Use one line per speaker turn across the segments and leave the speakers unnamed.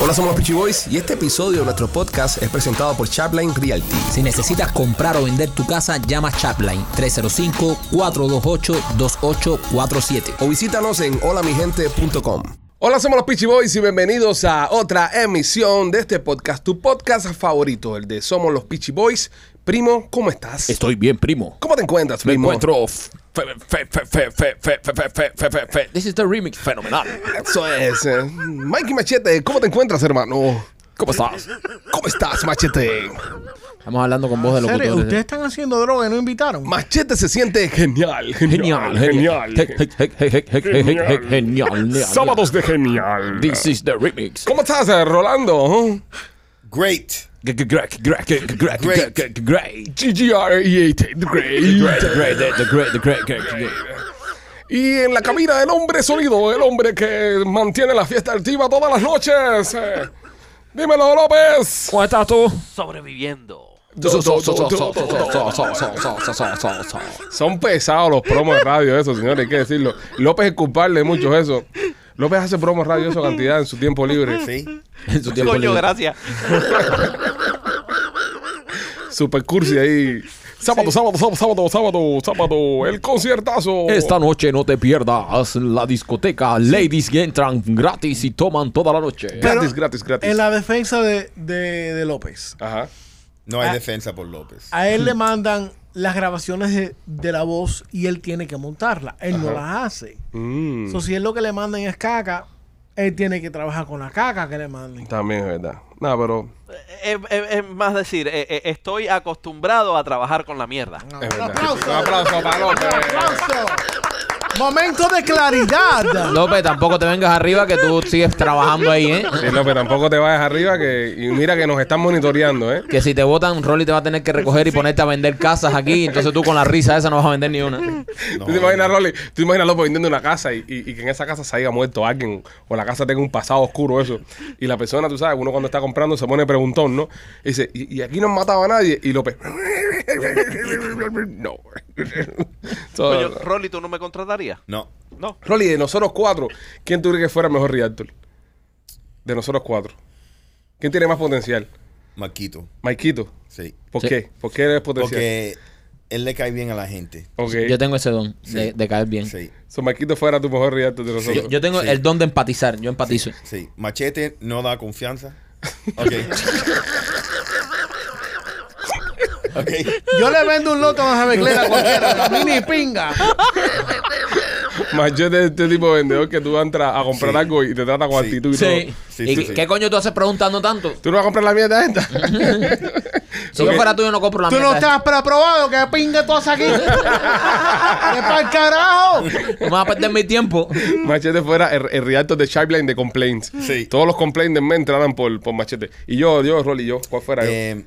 Hola, somos los Peachy Boys y este episodio de nuestro podcast es presentado por Chapline Realty.
Si necesitas comprar o vender tu casa, llama Chapline 305-428-2847.
O visítanos en holamigente.com. Hola, somos los Peachy Boys y bienvenidos a otra emisión de este podcast, tu podcast favorito, el de Somos los Peachy Boys. Primo, ¿cómo estás?
Estoy bien, primo.
¿Cómo te encuentras,
Me
primo?
encuentro. f- fe- fe- fe- fe- fe- fe- fe- fe- fe- fe- fe- fe- This is the remix fenomenal.
Eso es. eh. Mikey Machete, ¿cómo te encuentras, hermano?
¿Cómo estás?
¿Cómo estás, Machete?
Estamos hablando con voz de
Serio,
locutores.
Ustedes están haciendo droga y no invitaron.
Machete se siente genial,
Genial,
genial,
genial. Hec,
genial.
hec, hec, hec, hec, hec, hec, hec, hec, Genial.
Sábados de genial.
This is the remix.
¿Cómo estás, eh, Rolando?
Great.
G- g- Greg, Greg, Greg, Greg, Greg, Greg, Greg.
GGR88,
Greg,
E great.
the great, the- the great, the great, Greg, Greg.
Y en la cabina el hombre sonido, el hombre que mantiene la fiesta activa todas las noches. eh. Dímelo, López.
¿Cómo estás tú?
sobreviviendo.
Do, do, do, do, do, do, do. Son pesados los promos de radio, eso, señores, hay que decirlo. López es culpable de mucho eso. López hace promos de radio, eso cantidad en su tiempo libre.
Sí.
En su tiempo
Coño,
libre.
gracias.
Super cursi ahí. Sábado, sábado, sábado, sábado, sábado, sábado, el conciertazo.
Esta noche no te pierdas la discoteca. Ladies que entran gratis y toman toda la noche.
Gratis, gratis, gratis.
En la defensa de, de- de López,
Ajá.
No
Ah.
hay defensa por López.
a él le mandan las grabaciones de, de la voz y él tiene que montarla. Él no las hace.
Mm,
So, si él lo que le mandan es caca, él tiene que trabajar con la caca que le manden.
también es verdad. No, pero
Es, es- Eh, es más decir, eh, eh, estoy acostumbrado a trabajar con la mierda.
es
Un
verdad.
aplauso.
Un aplauso para López.
¡Aplauso! Momento de claridad.
López, tampoco te vengas arriba que tú sigues trabajando ahí, ¿eh?
Sí, López, tampoco te vayas arriba que y mira que nos están monitoreando, ¿eh?
Que si te votan, Rolly te va a tener que recoger y ponerte a vender casas aquí. Entonces tú con la risa esa no vas a vender ni una.
No,
¿Tú te imaginas, Rolly? ¿Tú te imaginas López vendiendo una casa y, y- y que en esa casa se haya muerto alguien o la casa tenga un pasado oscuro, eso? Y la persona, tú sabes, uno cuando está comprando se pone preguntón, ¿no? Y dice, y, y aquí no han matado a nadie. Y López, no. So,
Coño, Rolly, ¿tú no me contratarías?
No.
No.
Rolly, de nosotros cuatro, ¿quién tú crees que fuera el mejor Realtor? De nosotros cuatro. ¿Quién tiene más potencial?
Maquito.
Maikito.
Sí.
¿Por
Sí.
qué? ¿Por qué eres potencial?
Porque él le cae bien a la gente.
Ok.
Yo tengo ese don de, de caer bien.
Sí.
So, Maikito fuera tu mejor Realtor de nosotros.
Yo, yo tengo
Sí.
el don de empatizar. Yo empatizo.
Sí. Machete no da confianza. Ok. ok.
Yo le vendo un lote a una jabeglera cualquiera, la mini pinga.
Más yo de este tipo de vendedor que tú entras a comprar
Sí.
algo y te trata con
Sí.
actitud y
Sí.
todo.
Sí,
¿Y
sí,
qué-
sí.
qué coño tú haces preguntando tanto?
¿Tú no vas a comprar la mierda esta?
Si yo fuera tú, yo no compro la
Tú no
mierda esta.
estás preaprobado, que pinga tú haces aquí. ¡Que pa'l carajo!
No me vas a perder Este mi tiempo.
machete fuera el, el Realtor de Chipline de Complaints.
Sí.
Todos los complaints de me entraran por, por Machete. Y yo, yo, Rolly, yo, ¿cuál fuera yo?
Eh,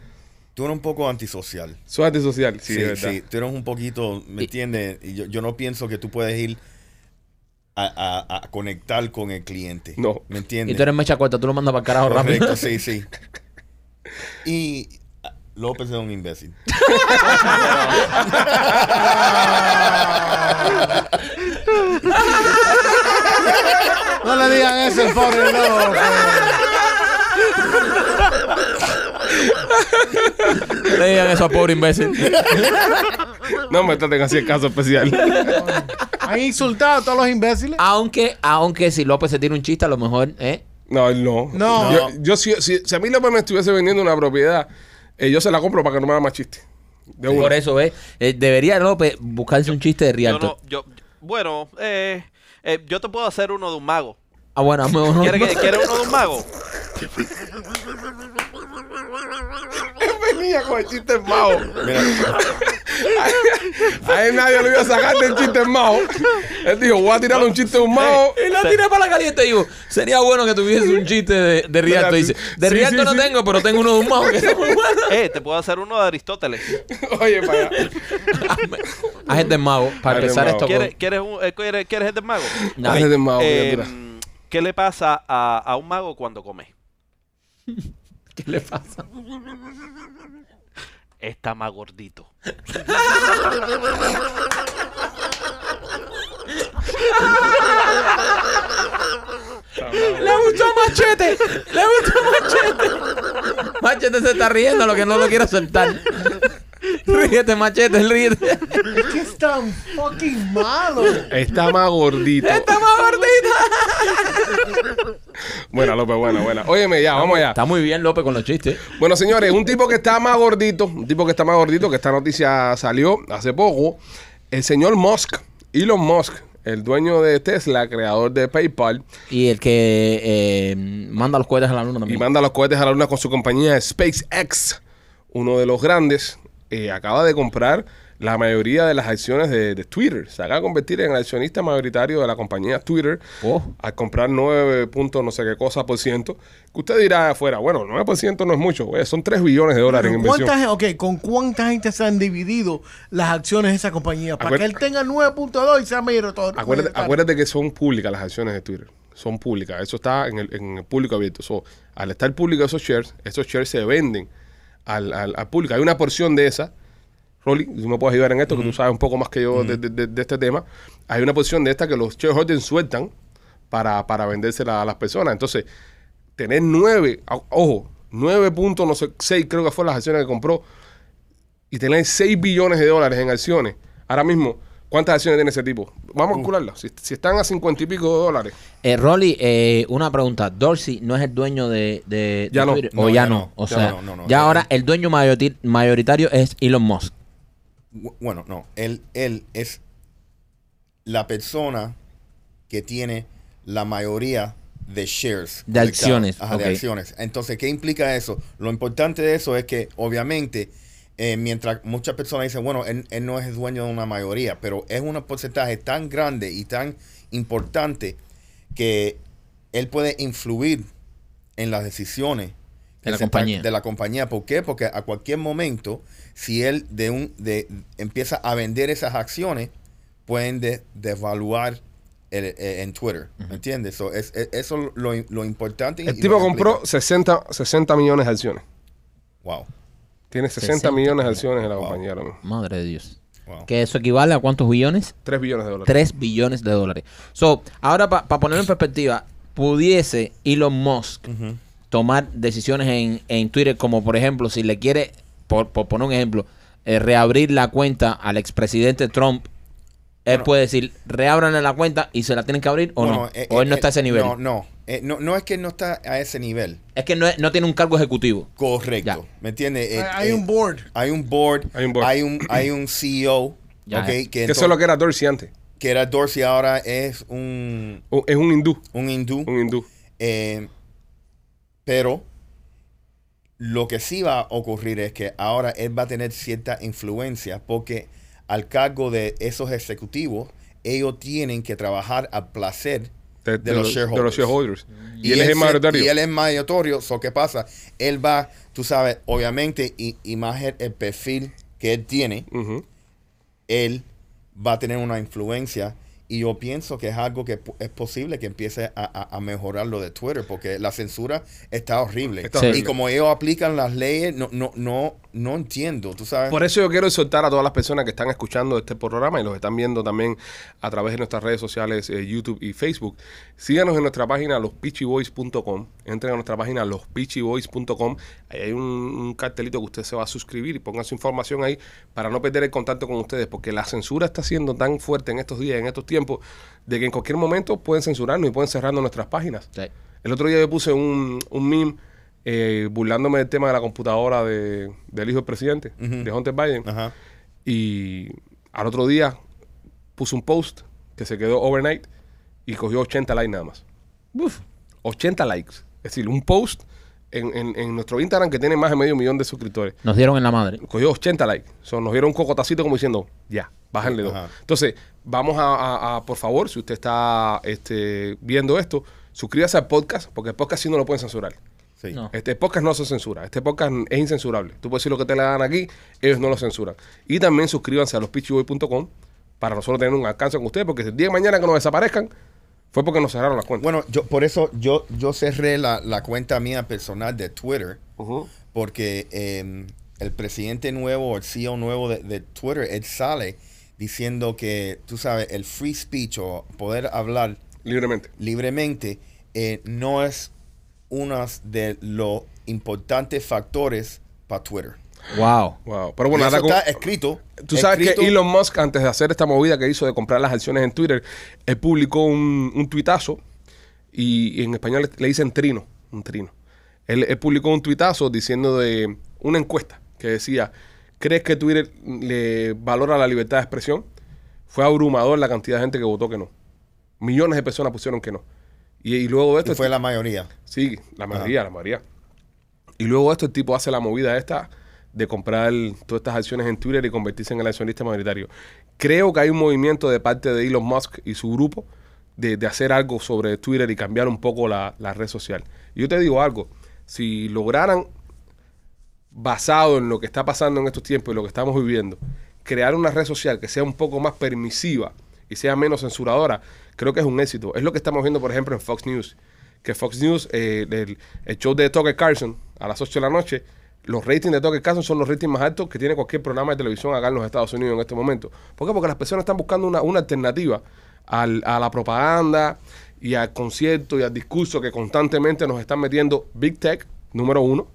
tú eres un poco antisocial.
Soy antisocial. Sí,
Sí,
es verdad.
sí. Tú eres un poquito, ¿me entiendes? Y Yo, yo no pienso que tú puedes ir a, a- a conectar con el cliente.
No.
¿Me entiendes?
Y tú eres mecha corta, tú lo mandas para el carajo rápido.
Correcto, sí, sí. Y ah, López es un imbécil.
No le digan eso al pobre loco.
Le digan eso a pobre imbécil.
No me traten así el caso especial.
Han insultado a todos los imbéciles.
Aunque, aunque si López se tira un chiste, a lo mejor, ¿eh?
No, él no.
No.
Yo, yo si, si, si a mí López me estuviese vendiendo una propiedad, eh, yo se la compro para que no me haga más chiste. De una.
Por eso, ¿ves? Eh, debería López buscarse un chiste de
Yo
Rialto.
no, yo, bueno, eh, eh, yo te puedo hacer uno de un mago.
Ah, bueno, mejor no.
¿Quieres, que- quieres uno de un mago?
venía con el chiste en mago.
Mira,
A él nadie le iba a sacar del chiste en mago. Él dijo, voy a tirar un chiste en un mago.
Y la tiré para la caliente y digo, sería bueno que tuviese un chiste de, de Rialto. Y dice, de
Sí,
Rialto
sí,
no
sí.
tengo, pero tengo uno de un mago que está muy bueno.
Eh, te puedo hacer uno de Aristóteles.
Oye, para allá.
Haz el del mago, para
Haz el
empezar
mago.
esto.
¿Quieres,
con-
quieres, un- eh, quieres, quieres el del mago?
Nah,
Haces de mago,
Eh,
criatura.
¿Qué le pasa a, a un mago cuando come?
¿Qué le pasa?
Está más gordito.
Le gustó Machete. Le gustó Machete. Machete se está riendo, lo que no lo quiero aceptar. Ríete, Machete, ríete.
Es que es tan fucking malo.
Está más gordito.
Está más gordita.
Buena, López, buena, buena. Óyeme ya, vamos allá.
Está muy bien, López, con los chistes.
Bueno, señores, un tipo que está más gordito, un tipo que está más gordito, que esta noticia salió hace poco, el señor Musk, Elon Musk, el dueño de Tesla, creador de PayPal,
Y el que eh, manda los cohetes a la luna
y
también.
manda los cohetes a la luna con su compañía SpaceX, uno de los grandes, eh, acaba de comprar la mayoría de las acciones de, de Twitter. Se acaba de convertir en el accionista mayoritario de la compañía Twitter
Oh.
al comprar 9 puntos no sé qué cosa por ciento. Que usted dirá afuera, bueno, 9% no es mucho, güey, son 3 billones de dólares en
Pero
inversión.
¿cuánta gen- ok, ¿con cuánta gente se han dividido las acciones de esa compañía? Para
Acuérdate-
que él tenga 9.2 y sea mayoritario.
Acuérdate, acuérdate que son públicas las acciones de Twitter. Son públicas. Eso está en el, en el público abierto. So, al estar público esos shares, esos shares se venden al, al- al público. Hay una porción de esa. Rolly, tú me puedes ayudar en esto, que tú sabes un poco más que yo de, de- de- de este tema. Hay una porción de esta que los shareholders sueltan para, para vendérsela a las personas. Entonces, tener nueve, o- ojo, nueve puntos, no sé, seis creo que fue las acciones que compró y tener 6 billones de dólares en acciones. Ahora mismo, ¿cuántas acciones tiene ese tipo? Vamos a calcularlas. Si, si están a 50 y pico de dólares,
Eh, Rolly, eh, una pregunta. Dorsey no es el dueño de, de- de
Ya no.
Twitter.
No,
o ya,
ya
no.
no.
O
Ya
sea,
no, no, no.
ya ahora el dueño mayoriti- mayoritario es Elon Musk.
Bu- Bueno, no, él, él es la persona que tiene la mayoría de shares.
De
colectadas.
acciones,
Ajá,
ok.
de acciones. Entonces, ¿qué implica eso? Lo importante de eso es que, obviamente, eh, mientras muchas personas dicen, bueno, él, él no es el dueño de una mayoría, pero es un porcentaje tan grande y tan importante que él puede influir en las decisiones
De la
que se
compañía.
están- de la compañía. ¿Por qué? Porque a cualquier momento, si él de un, de, empieza a vender esas acciones, pueden de- devaluar el- eh, en Twitter. ¿Me entiendes? So, es, es- eso es lo, lo importante. y-
el
y
tipo
lo que
compró
explica.
60, 60 millones de acciones.
Wow.
Tiene 60,
60
millones de acciones en la
Wow.
compañía ahora mismo.
Madre de Dios.
wow.
Que eso equivale a cuántos billones?
3 billones de dólares.
3 billones de dólares. So, ahora para ponerlo en perspectiva, pudiese Elon Musk tomar decisiones en, en Twitter, como por ejemplo, si le quiere, por, por poner un ejemplo, eh, reabrir la cuenta al expresidente Trump, él puede decir, reábranle la cuenta y se la tienen que abrir o no.
Bueno, eh,
o él no
eh,
está a ese nivel.
No, no, Eh, no. no es que no está a ese nivel.
Es que no, es- no tiene un cargo ejecutivo.
Correcto. ¿Me entiendes? Eh,
Hay
eh,
un board.
Hay un board.
Hay un board.
Hay un, hay un CEO.
Ya,
ok,
eh.
que,
Que eso es lo que era Dorsey antes.
que era Dorsey ahora es un,
O- Es un hindú.
un hindú.
Un hindú.
Eh, pero lo que sí va a ocurrir es que ahora él va a tener cierta influencia porque al cargo de esos ejecutivos, ellos tienen que trabajar a placer de, los shareholders.
de los shareholders. Y, él es el
se-
mayoritario.
Y él es mayoritario. So, ¿Qué pasa? Él va, tú sabes, obviamente, y, y más el, el perfil que él tiene,
Ujú.
él va a tener una influencia. Y yo pienso que es algo que po- es posible que empiece a, a- a mejorar lo de Twitter, porque la censura está horrible.
Está
Sí.
Y
horrible.
como ellos aplican las leyes, no, no, no, no entiendo, tú sabes.
Por eso yo quiero exhortar a todas las personas que están escuchando este programa y los están viendo también a través de nuestras redes sociales, eh, YouTube y Facebook. Síganos en nuestra página lospitchyboys.com. Entren a nuestra página lospitchyboys.com. Ahí hay un, un cartelito que usted se va a suscribir y pongan su información ahí para no perder el contacto con ustedes, porque la censura está siendo tan fuerte en estos días, en estos tiempos, de que en cualquier momento pueden censurarnos y pueden cerrarnos nuestras páginas.
Sí.
El otro día yo puse un, un meme eh, burlándome del tema de la computadora de, del hijo del presidente, de Hunter Biden.
Ajá.
Y al otro día puse un post que se quedó overnight y cogió 80 likes nada más. 80 likes. Es decir, un post en, en- en nuestro Instagram que tiene más de medio millón de suscriptores.
Nos dieron en la madre.
Cogió 80 likes. So, nos dieron un cocotacito como diciendo, ya, bájenle dos.
Ajá.
Entonces, vamos a, a- a, por favor, si usted está este, viendo esto, suscríbase al podcast, porque el podcast sí no lo pueden censurar.
Sí.
No.
Este podcast no se censura. Este podcast es incensurable. Tú puedes decir lo que te le dan aquí, ellos no lo censuran. Y también suscríbanse a lospitchyboy.com para nosotros tener un alcance con ustedes, porque si el día de mañana que nos desaparezcan, fue porque nos cerraron las cuentas.
Bueno, yo por eso yo, yo cerré la, la cuenta mía personal de Twitter, em,
Ujú.
E porque eh, el presidente nuevo, el CEO nuevo de, de Twitter, él sale diciendo que, tú sabes, el free speech o poder hablar
libremente.
libremente eh, no es uno de los importantes factores para Twitter.
Wow.
Wow. Pero Ah, bueno,
Y eso
ahora con-
está escrito.
Tú sabes
escrito.
que Elon Musk, antes de hacer esta movida que hizo de comprar las acciones en Twitter, eh, publicó un, un tuitazo y en español le dicen trino, un trino. Él, él publicó un tuitazo diciendo de una encuesta que decía, ¿crees que Twitter le valora la libertad de expresión? Fue abrumador la cantidad de gente que votó que no. Millones de personas pusieron que no. Y, y luego de
Y
esto...
fue la mayoría.
Sí, la mayoría, la mayoría. Y luego esto el tipo hace la movida esta de comprar todas estas acciones en Twitter y convertirse en el accionista mayoritario. Creo que hay un movimiento de parte de Elon Musk y su grupo de, de hacer algo sobre Twitter y cambiar un poco la, la red social. Yo te digo algo, si lograran, basado en lo que está pasando en estos tiempos y lo que estamos viviendo, crear una red social que sea un poco más permisiva y sea menos censuradora, creo que es un éxito. Es lo que estamos viendo, por ejemplo, en Fox News que Fox News, eh, el, el show de Tucker Carlson a las 8 de la noche, los ratings de Tucker Carlson son los ratings más altos que tiene cualquier programa de televisión acá en los Estados Unidos en este momento. ¿Por qué? Porque las personas están buscando una, una alternativa al- a la propaganda y al concierto y al discurso que constantemente nos están metiendo Big Tech, número uno,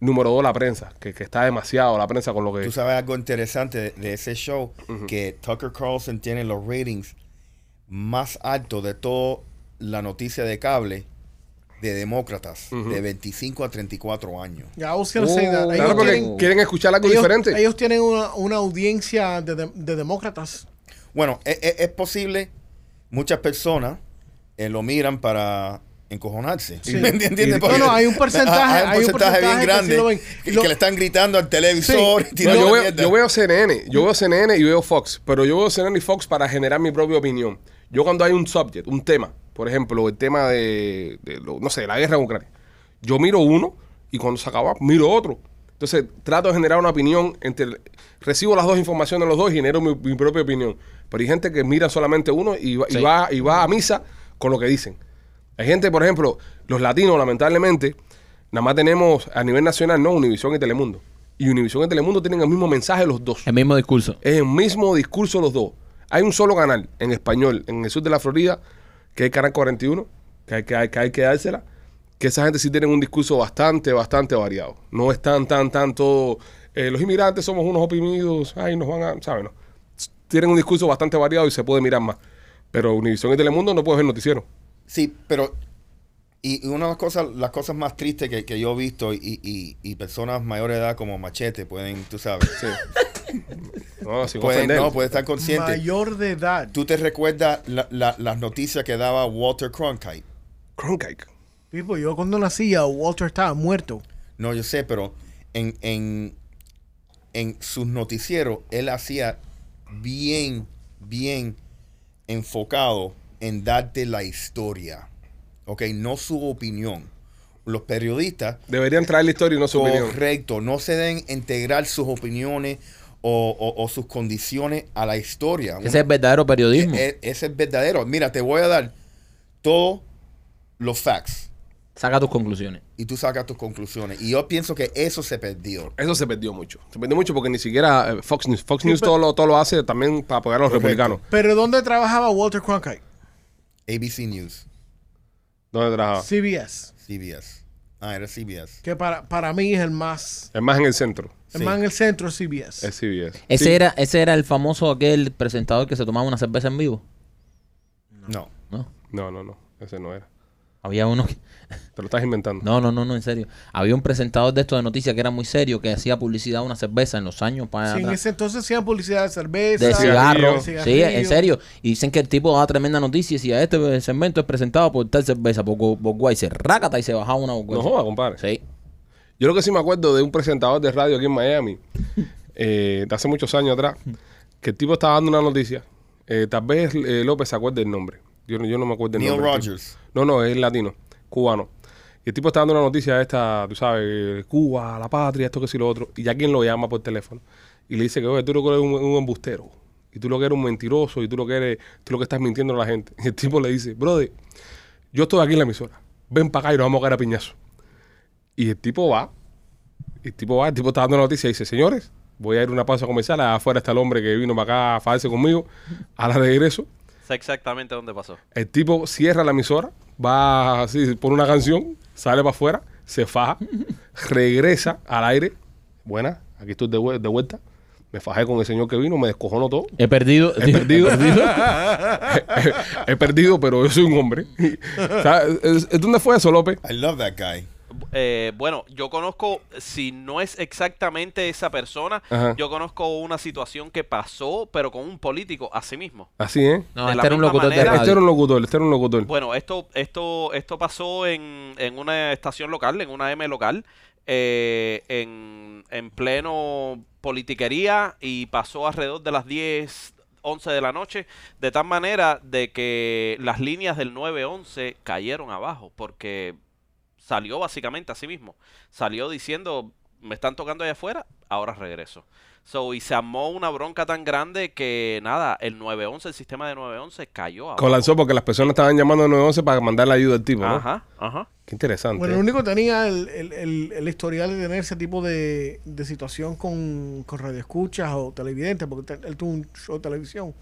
número dos, la prensa, que, que está demasiado la prensa con lo que...
Tú sabes algo interesante de, de ese show, que Tucker Carlson tiene los ratings más altos de toda la noticia de cable de demócratas, de 25 a 34 años.
Yeah, I was gonna say that.
Oh, Claro,
Ellos
porque
tienen-
quieren, escuchar algo
ellos-
diferente.
Ellos tienen una, una audiencia de, de- de demócratas.
Bueno, e- e- es, posible, muchas personas eh, lo miran para encojonarse.
Sí.
¿Me entiendes?
No,
Porque
no, hay un porcentaje-
hay un
hay un porcentaje
porcentaje bien
que sí
grande
lo ven.
que,
Lo-
que le están gritando al televisor. y
No,
tirando
yo, veo,
mierda.
yo veo CNN, yo veo CNN y veo Fox, pero yo veo CNN y Fox para generar mi propia opinión. Yo cuando hay un subject, un tema, por ejemplo, el tema de, de lo- no sé, la guerra en Ucrania, yo miro uno y cuando se acaba, miro otro. Entonces trato de generar una opinión, entre recibo las dos informaciones de los dos y genero mi, mi propia opinión. Pero hay gente que mira solamente uno y, va- y va, y va a misa con lo que dicen. Hay gente, por ejemplo, los latinos, lamentablemente, nada más tenemos a nivel nacional, no, Univisión y Telemundo. Y Univisión y Telemundo tienen el mismo mensaje los dos.
El mismo discurso.
Es el mismo discurso los dos. Hay un solo canal en español en el sur de la Florida, que es Canal 41, que hay que, hay- que, hay que dársela, que esa gente sí tienen un discurso bastante, bastante variado. No es tan, tan, tan todo, eh, los inmigrantes somos unos oprimidos, ay, nos van a, ¿saben? No. Tienen un discurso bastante variado y se puede mirar más. Pero Univisión y Telemundo no puedes ver noticiero.
Sí, pero y y una de las cosas, las cosas más tristes que, que yo he visto y, y- y personas mayores de edad como Machete pueden, tú sabes,
No, sin
pueden,
ofender.
no, pueden estar conscientes.
Mayor de edad.
¿Tú te recuerdas la- la- las noticias que daba Walter Cronkite?
Cronkite.
Tipo, yo cuando nací ya Walter estaba muerto.
No, yo sé, pero en, en, en sus noticieros él hacía bien, bien enfocado en darte la historia, ¿ok? No su opinión. Los periodistas
Deberían traer la historia y no su opinión.
Correcto, no se deben integrar sus opiniones o, o- o sus condiciones a la historia.
Ese es el verdadero periodismo.
E- ese es verdadero. Mira, te voy a dar todos los facts
Saca tus conclusiones.
y tú sacas tus conclusiones. Y yo pienso que eso se perdió.
Eso se perdió mucho. Se perdió mucho porque ni siquiera eh, Fox News. Fox News todo lo, todo lo hace también para apoyar a los
Correcto.
republicanos.
Pero ¿dónde trabajaba Walter Cronkite?
ABC News,
¿Dónde trabajaba?
CBS.
CBS. Ah, era CBS.
Que para, para mí es el más.
Es más en el centro.
El
Sí.
más en el centro es CBS.
Es CBS.
Ese,
Sí.
era, ese era el famoso aquel presentador que se tomaba una cerveza en vivo.
No.
No.
No, no, no. Ese no era.
Había uno que-
Te lo estás inventando.
No, no, no, no, en serio. Había un presentador de esto de noticias que era muy serio, que hacía publicidad de una cerveza en los años para
Sí, en
atrás.
ese entonces hacían publicidad de cerveza.
de cigarro.
cigarrillos.
Sí, en serio. Y dicen que el tipo da tremenda noticia. Y si a este segmento es presentado por tal cerveza, por Bo- Budweiser, rácata y se bajaba una
No
Budweiser.
joda, compadre.
Sí.
Yo lo que sí me acuerdo de un presentador de radio aquí en Miami, eh, de hace muchos años atrás, que el tipo estaba dando una noticia. Eh, tal vez eh, López se acuerde el nombre. Yo, no- yo no me acuerdo el
Neil
nombre. del tipo.
Rogers.
No, no, es latino, cubano. Y el tipo está dando una noticia esta, tú sabes, eh, Cuba, la patria, esto que sí, lo otro. Y ya quien lo llama por teléfono. Y le dice que, oye, tú lo que eres un, un embustero. Y tú lo que eres un mentiroso. Y tú lo que eres, tú lo que estás mintiendo a la gente. Y el tipo le dice, brother, yo estoy aquí en la emisora. Ven para acá y nos vamos a caer a piñazo. Y el tipo va. Y el tipo va, el tipo está dando la noticia y dice, señores, Voy a ir a una pausa comercial. Allá afuera está el hombre que vino para acá a fajarse conmigo. A la regreso,
Sé exactamente dónde pasó.
el tipo cierra la emisora, va así, pone una canción, sale para afuera, se faja, regresa al aire. Buena, aquí estoy de, vue- de vuelta. Me fajé con el señor que vino, me descojono todo.
He perdido.
He perdido. He perdido, pero yo soy un hombre. ¿Sabes? Es- es- ¿Dónde fue eso, López?
I love that guy.
Eh, bueno, yo conozco, si no es exactamente esa persona,
Ajá.
yo conozco una situación que pasó, pero con un político a sí mismo.
Así, ¿eh?
No,
De
este
la
era un
misma
locutor de
manera-
radio.
Este era un locutor, este era un locutor.
Bueno, esto, esto, esto pasó en, en una estación local, en una M local, eh, en, en pleno politiquería y pasó alrededor de las 10, 11 de la noche, de tal manera de que las líneas del 911 cayeron abajo, porque salió básicamente a sí mismo. Salió diciendo, me están tocando allá afuera, ahora regreso. So, y se armó una bronca tan grande que nada, el 911, el sistema de 911 cayó abajo.
Colapsó porque las personas estaban llamando al 911 para mandarle ayuda al tipo, ¿no?
Ajá, ajá.
Qué interesante.
Bueno, el
¿eh?
único tenía el, el- el- el historial de tener ese tipo de, de situación con, con radioescuchas o televidentes, porque te- él tuvo un show de televisión.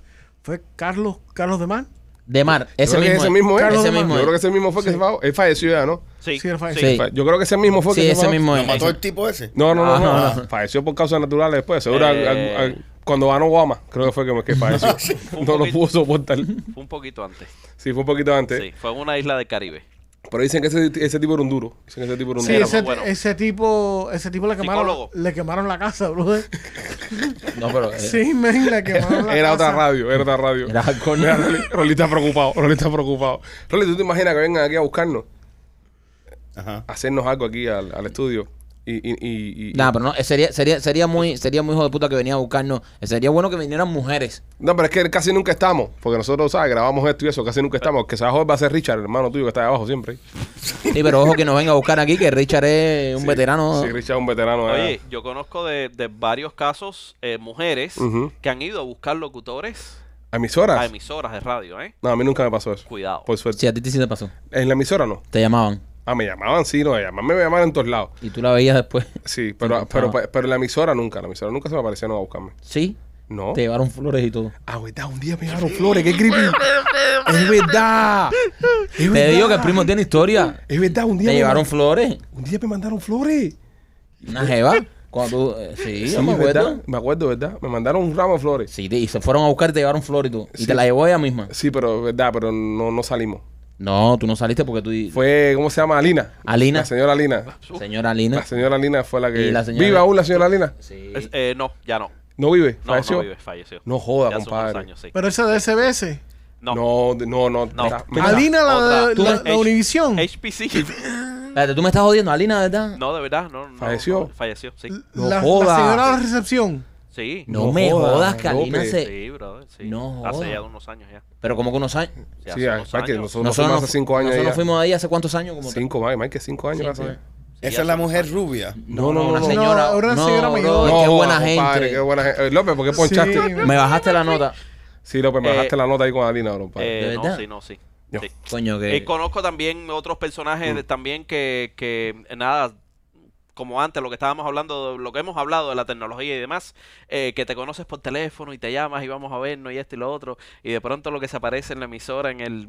Fue Carlos, Carlos de Man.
De mar.
Yo
Ese
creo que
mismo.
ese mismo es.
Ese
Yo
mismo es.
creo que ese mismo fue que se fajó. Él falleció ya, ¿no?
Sí,
Sí, Rafael.
Sí.
Fa- Yo creo que ese mismo fue que
Sí,
se
ese
fajó.
mismo
¿Lo
es. Eh.
mató
Ese-
el tipo ese?
No, no, no. no,
Ah,
no. Falleció por causas naturales después. Seguro al- al- al- cuando ganó Obama, creo que fue que, que falleció.
un
no lo
poquito-
pudo soportar.
Fue un poquito antes.
Sí, fue un poquito antes.
Sí, fue en una isla del Caribe.
Pero dicen que ese, ese tipo era un duro. Dicen que ese tipo era un
Sí,
duro.
ese,
bueno.
ese tipo, ese tipo le quemaron,
Psicólogo.
le quemaron la casa,
Eh.
brother.
No, pero. eh,
Sí, men, le quemaron la
Era otra
casa.
radio, era otra radio.
Era hardcore.
Mira, Rolly, Rolly está preocupado, Rolly está preocupado. Rolly, ¿tú te imaginas que vengan aquí a buscarnos?
Ajá.
A hacernos algo aquí al, al estudio. Y, y, y, y-
Nah, pero no, eh, sería, sería, sería muy, sería muy hijo de puta que venía a buscarnos. Eh, Sería bueno que vinieran mujeres.
No, pero es que casi nunca estamos. Porque nosotros, ¿sabes? Grabamos esto y eso, casi
Eh.
nunca estamos. El que se va a joder va a ser Richard, el hermano tuyo que está ahí abajo siempre.
Sí, pero ojo que nos venga a buscar aquí, que Richard es un
Sí,
veterano.
Sí, Richard es un veterano. de-
Oye, yo conozco de, de varios casos eh, mujeres
Ujú. Ah.
que han ido a buscar locutores
¿A ¿Emisoras?
a emisoras de radio, ¿eh?
No, a mí nunca me pasó eso.
Cuidado.
Por suerte.
Sí, a ti sí te pasó.
En la emisora no.
Te llamaban.
Ah, me llamaban, sí, no, me llamaban, me llamaban en todos lados.
Y tú la veías después.
Sí, pero,
Ah.
pero, pues, pero, en la emisora nunca, la emisora nunca se me aparecieron a buscarme.
Sí.
No.
Te llevaron flores y todo.
Ah, verdad, un día me llevaron flores, qué creepy. es verdad. Es
Te
verdad.
digo que el primo tiene historia.
Es verdad, un día
Te
me
llevaron flores.
Un día me mandaron flores.
Una jeva. Cuando tú. eh, sí, yo
Sí,
me
¿verdad?
acuerdo.
Me acuerdo, ¿verdad? Me mandaron un ramo de flores.
Sí, te- y se fueron a buscar y te llevaron flores y todo. Y te la llevó ella misma.
Sí, pero verdad, pero no, no salimos.
No, tú no saliste porque tú.
Fue, ¿cómo se llama? Alina.
Alina.
La señora Alina.
Señora Lina.
La señora Alina fue la que.
Y la señora-
¿Vive aún la señora Alina?
Sí.
Es- eh, no, ya no.
¿No vive?
No,
¿Falleció?
no vive, falleció.
No joda,
Ya hace unos
compadre.
años, sí.
Pero ese de SBS.
No,
No, de- no, no.
No.
Está-
Mira,
Alina, la,
otra.
de- la, la
H-
Univisión.
HPC.
Espérate, tú me estás jodiendo, Alina, ¿verdad?
No, de verdad, no. no,
¿Falleció?
no, falleció, sí.
No
la, la
joda.
señora de la recepción.
Sí.
No,
No
me
jodas,
jodas, que Alina
López.
se.
Sí, brother, sí.
No joda.
Hace ya unos años ya.
Pero como que unos años.
Sí,
Sí,
hace unos
aparte,
años.
nosotros, nosotros
nos
hace cinco años.
Nosotros
ya.
nos fuimos ahí hace cuántos años. Como
Cinco, más, más que cinco años.
Cinco
gracias.
años.
Sí,
Esa
hace
es la
unos
mujer
años.
rubia.
No, no, no.
una
no.
señora.
No, ahora una señora mayor.
brother,
No,
qué buena
joda, compadre,
gente.
Qué buena gente. Eh, López, ¿por qué ponchaste?
Sí.
Sí,
Me bajaste la nota.
López, me
Eh,
bajaste la nota ahí con Alina, bro. compadre.
Eh,
¿De
no,
verdad?
sí, no, sí.
No.
Sí.
Coño, que.
Eh, conozco también otros
Mm.
personajes de- también que, que, eh, nada, como antes, lo que estábamos hablando, de- lo que hemos hablado de la tecnología y demás, eh, que te conoces por teléfono y te llamas y vamos a vernos y esto y lo otro, y de pronto lo que se aparece en la emisora, en el...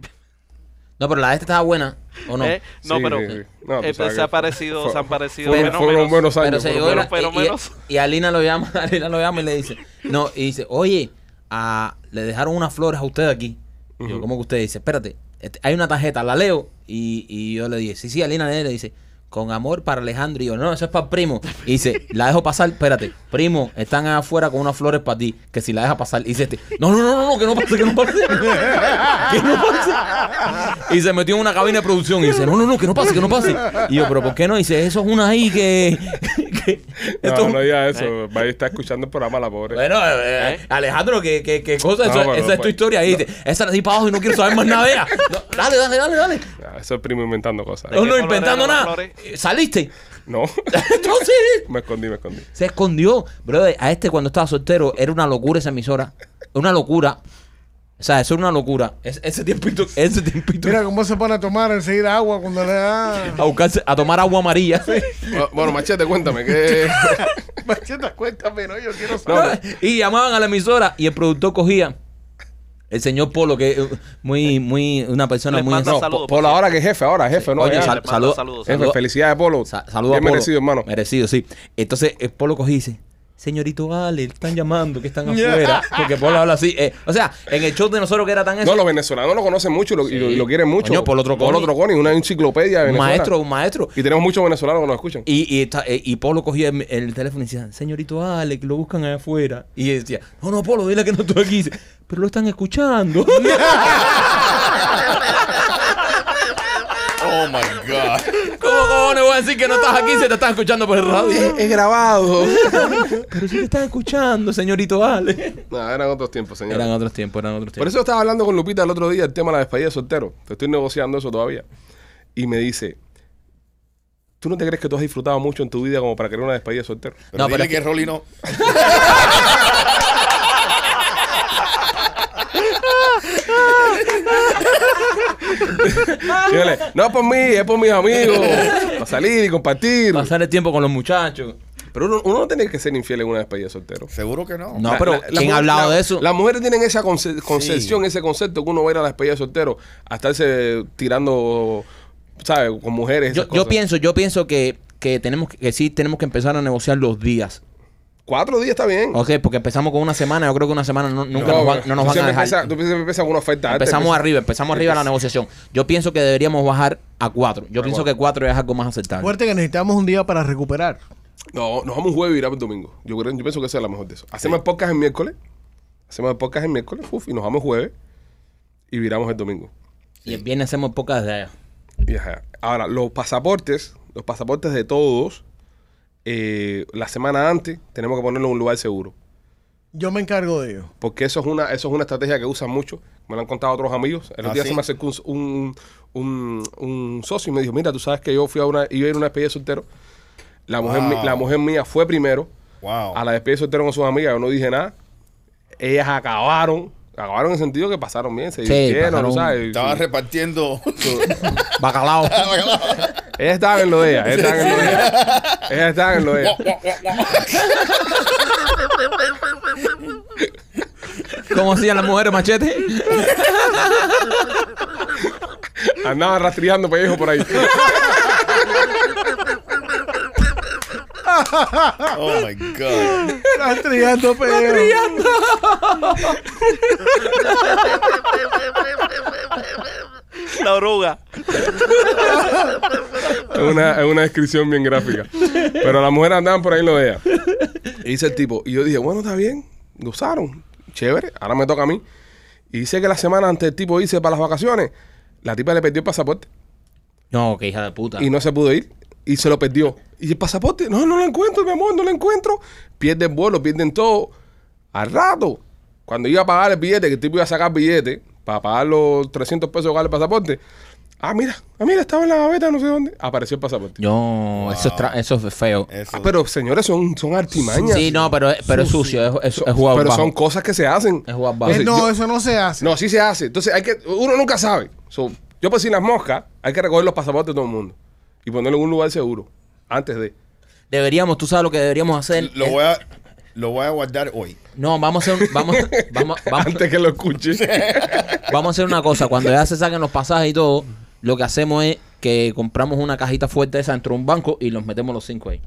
No, pero la de esta estaba buena. ¿O no?
Eh, no,
Oh, Sí,
pero
sí, sí. No, tú
eh,
sabes
se
que
ha parecido,
fue-
se han parecido
Fueron, fueron
fenómenos.
buenos
Pero
años.
se
fueron
llegó
buenos-
la,
pero- pero
y-
menos.
y, y Alina lo llama, Alina lo llama y le dice, no, y dice, oye, ah, le dejaron unas flores a usted aquí. Y yo, ¿cómo que usted dice? Espérate, este, hay una tarjeta, la leo. Y, y yo le dije, sí, sí, Alina le le dice, con amor para Alejandro. Y yo, no, eso es para el primo. Y dice, la dejo pasar, espérate, primo, están afuera con unas flores para ti, que si la deja pasar. Y dice este, no, no, no, no, no, que no pase, que no pase. que no pase. Y se metió en una cabina de producción y dice, no, no, no, que no pase, que no pase. Y yo, pero ¿por qué no? Y dice, eso es una ahí que... que- esto
No,
es
no diga eso. Va a estar escuchando el programa, la pobre.
bueno, eh,
¿Eh?
Alejandro, ¿qué, qué, qué cosa?
No,
Eso-
pero,
esa es tu
pues,
historia. ahí dice, esa la di para abajo y no quiero saber más nada de ella. No, dale, dale, dale, dale.
Ah, Eso es primo inventando cosas.
¿De
No,
qué
no,
color
inventando
eran las
nada.
flores?
Eh, Saliste.
No,
Entonces,
me escondí, me escondí.
se escondió. Brother, a este cuando estaba soltero era una locura esa emisora. Una locura. O sea, eso es una locura. Es- ese tiempito, ese tiempito.
Mira cómo se pone a tomar enseguida agua cuando le da.
A buscarse, a tomar agua amarilla.
Bu- Bueno, machete, cuéntame, ¿qué,
Macheta, cuéntame, ¿no? Yo quiero
No,
saber.
y llamaban a la emisora y el productor cogía. El señor Polo, que es eh, muy, muy, una persona
Les
muy.
manda
No,
sal- Saludos,
Po- Polo
por
ahora que es jefe, ahora jefe, ¿no?
Oye,
Ya.
sal-
Le manda
saludo-
saludos,
jefe,
saludo-
felicidades, Polo.
sa- saludo a
Bien
Polo.
merecido, hermano.
Merecido, sí. Entonces, eh, Polo cogía y dice: Señorito Vale, están llamando, que están
Ya.
afuera. Porque Polo habla así. eh, o sea, en el show de nosotros que era tan eso.
No, los venezolanos lo conocen mucho y lo, y lo- y lo quieren mucho.
Coño, Polo Troconi.
Polo Troconi, una enciclopedia de
un
Venezuela.
maestro, un maestro.
Y tenemos muchos venezolanos que nos escuchan.
Y, y, esta- eh, y Polo cogía el, el teléfono y decía, señorito Alex, lo buscan allá afuera. Y él decía, no, no, Polo, dile que no estoy aquí. Y dice, pero lo están escuchando.
Oh my God.
¿Cómo cojones voy a decir que no estás aquí se te están escuchando por el radio?
grabado.
eh, Pero sí te están escuchando, señorito Ale.
no, eran otros tiempos, señor.
Eran otros tiempos, eran otros
Por
tiempos.
eso estaba hablando con Lupita el otro día el tema de la despedida de soltero. Te estoy negociando eso todavía. Y me dice, ¿tú no te crees que tú has disfrutado mucho en tu vida como para querer una despedida de soltero?
Pero
No, pero
dile
es
que Rolly no.
Y yo le, no es por mí, es por mis amigos. Para salir y compartir.
Pasar el tiempo con los muchachos.
Pero uno, uno no tiene que ser infiel en una despedida de soltero.
Seguro que no.
No, pero ¿quién ha hablado
la-
de eso?
Las mujeres tienen esa conce- concepción, ese concepto que uno va a ir a la despedida de soltero a estarse tirando, ¿sabes? Con mujeres.
Yo,
esas
yo
cosas.
pienso, yo pienso que, que tenemos que, que sí tenemos que empezar a negociar los días.
Cuatro días está bien.
Ok, porque empezamos con una semana, yo creo que una semana no, nunca nos van, no nos
tú
van a
siempre
dejar.
empiezas- tú siempre empiezas con una oferta alta,
Empezamos
empiezas-
arriba, empezamos arriba la negociación. Yo pienso que deberíamos bajar a cuatro. Yo pienso
cuatro.
que cuatro es algo más aceptable.
Fuerte que necesitamos un día para recuperar.
No, nos vamos un jueves y iramos el domingo. Yo, creo, yo pienso que esa es la mejor de eso. Hacemos el podcast el miércoles. Hacemos el podcast el miércoles, uf, y nos vamos jueves y viramos el domingo.
Y el viernes hacemos pocas de allá.
Y ajá. Ahora, los pasaportes, los pasaportes de todos, eh, la semana antes tenemos que ponerlo en un lugar seguro.
Yo me encargo de ello.
Porque eso es una, eso es una estrategia que usan mucho. Me lo han contado otros amigos. El otro
¿Ah,
día
sí?
se me acercó un, un, un- un socio y me dijo, mira, tú sabes que yo fui a una, iba a ir a una despedida de soltero. La mujer, mi-
Wow.
la mujer mía fue primero
Wow.
a la despedida de soltero con sus amigas. Yo no dije nada. Ellas acabaron. Acabaron en el sentido que pasaron bien, se
Sí,
divirtieron,
pasaron-
tú ¿sabes?
Estaba
Sí.
repartiendo.
Bacalao.
Ellas estaban en lo de ellas. Ellas estaban en lo de ellas. Ellas estaban en lo de ellas.
¿Cómo hacían las mujeres machete?
Andaban rastreando pellejo por ahí.
oh my God.
Estás trillando, pero.
La oruga.
Es una, es una descripción bien gráfica. Pero las mujeres andaban por ahí lo veía. Y dice el tipo, y yo dije, bueno, está bien, gozaron, chévere, ahora me toca a mí. Y dice que la semana antes el tipo dice para las vacaciones, la tipa le perdió el pasaporte
No, que hija de puta.
y no se pudo ir y se lo perdió. Y el pasaporte, no, no lo encuentro, mi amor, no lo encuentro. Pierde el vuelo, pierden todo. Al rato, cuando iba a pagar el billete, que el tipo iba a sacar billete para pagar los 300 pesos de pagar el pasaporete. Ah, mira, ah, mira, estaba en la gaveta, no sé dónde. Apareció el pasaporte.
No, eso, es tra- eso es feo.
Eso.
Ah, pero señores, son, son artimañas.
Sí, no, pero, pero es sucio, es, es, es jugar
pero
bajo.
son cosas que se hacen.
Es jugar bajo.
Entonces,
Eh, no,
yo-
eso no se hace.
no, sí se hace. Entonces, hay que, uno nunca sabe. So, yo, pues, sin las moscas, hay que recoger los pasaportes de todo el mundo y ponerlo en un lugar seguro antes de.
Deberíamos, tú sabes lo que deberíamos hacer.
Lo
Es-
voy a, lo voy a guardar hoy.
No, vamos a hacer, un- vamos, vamos, vamos,
Antes que lo escuche.
vamos a hacer una cosa. Cuando ya se saquen los pasajes y todo, lo que hacemos es que compramos una cajita fuerte esa dentro de un banco y los metemos los cinco ahí.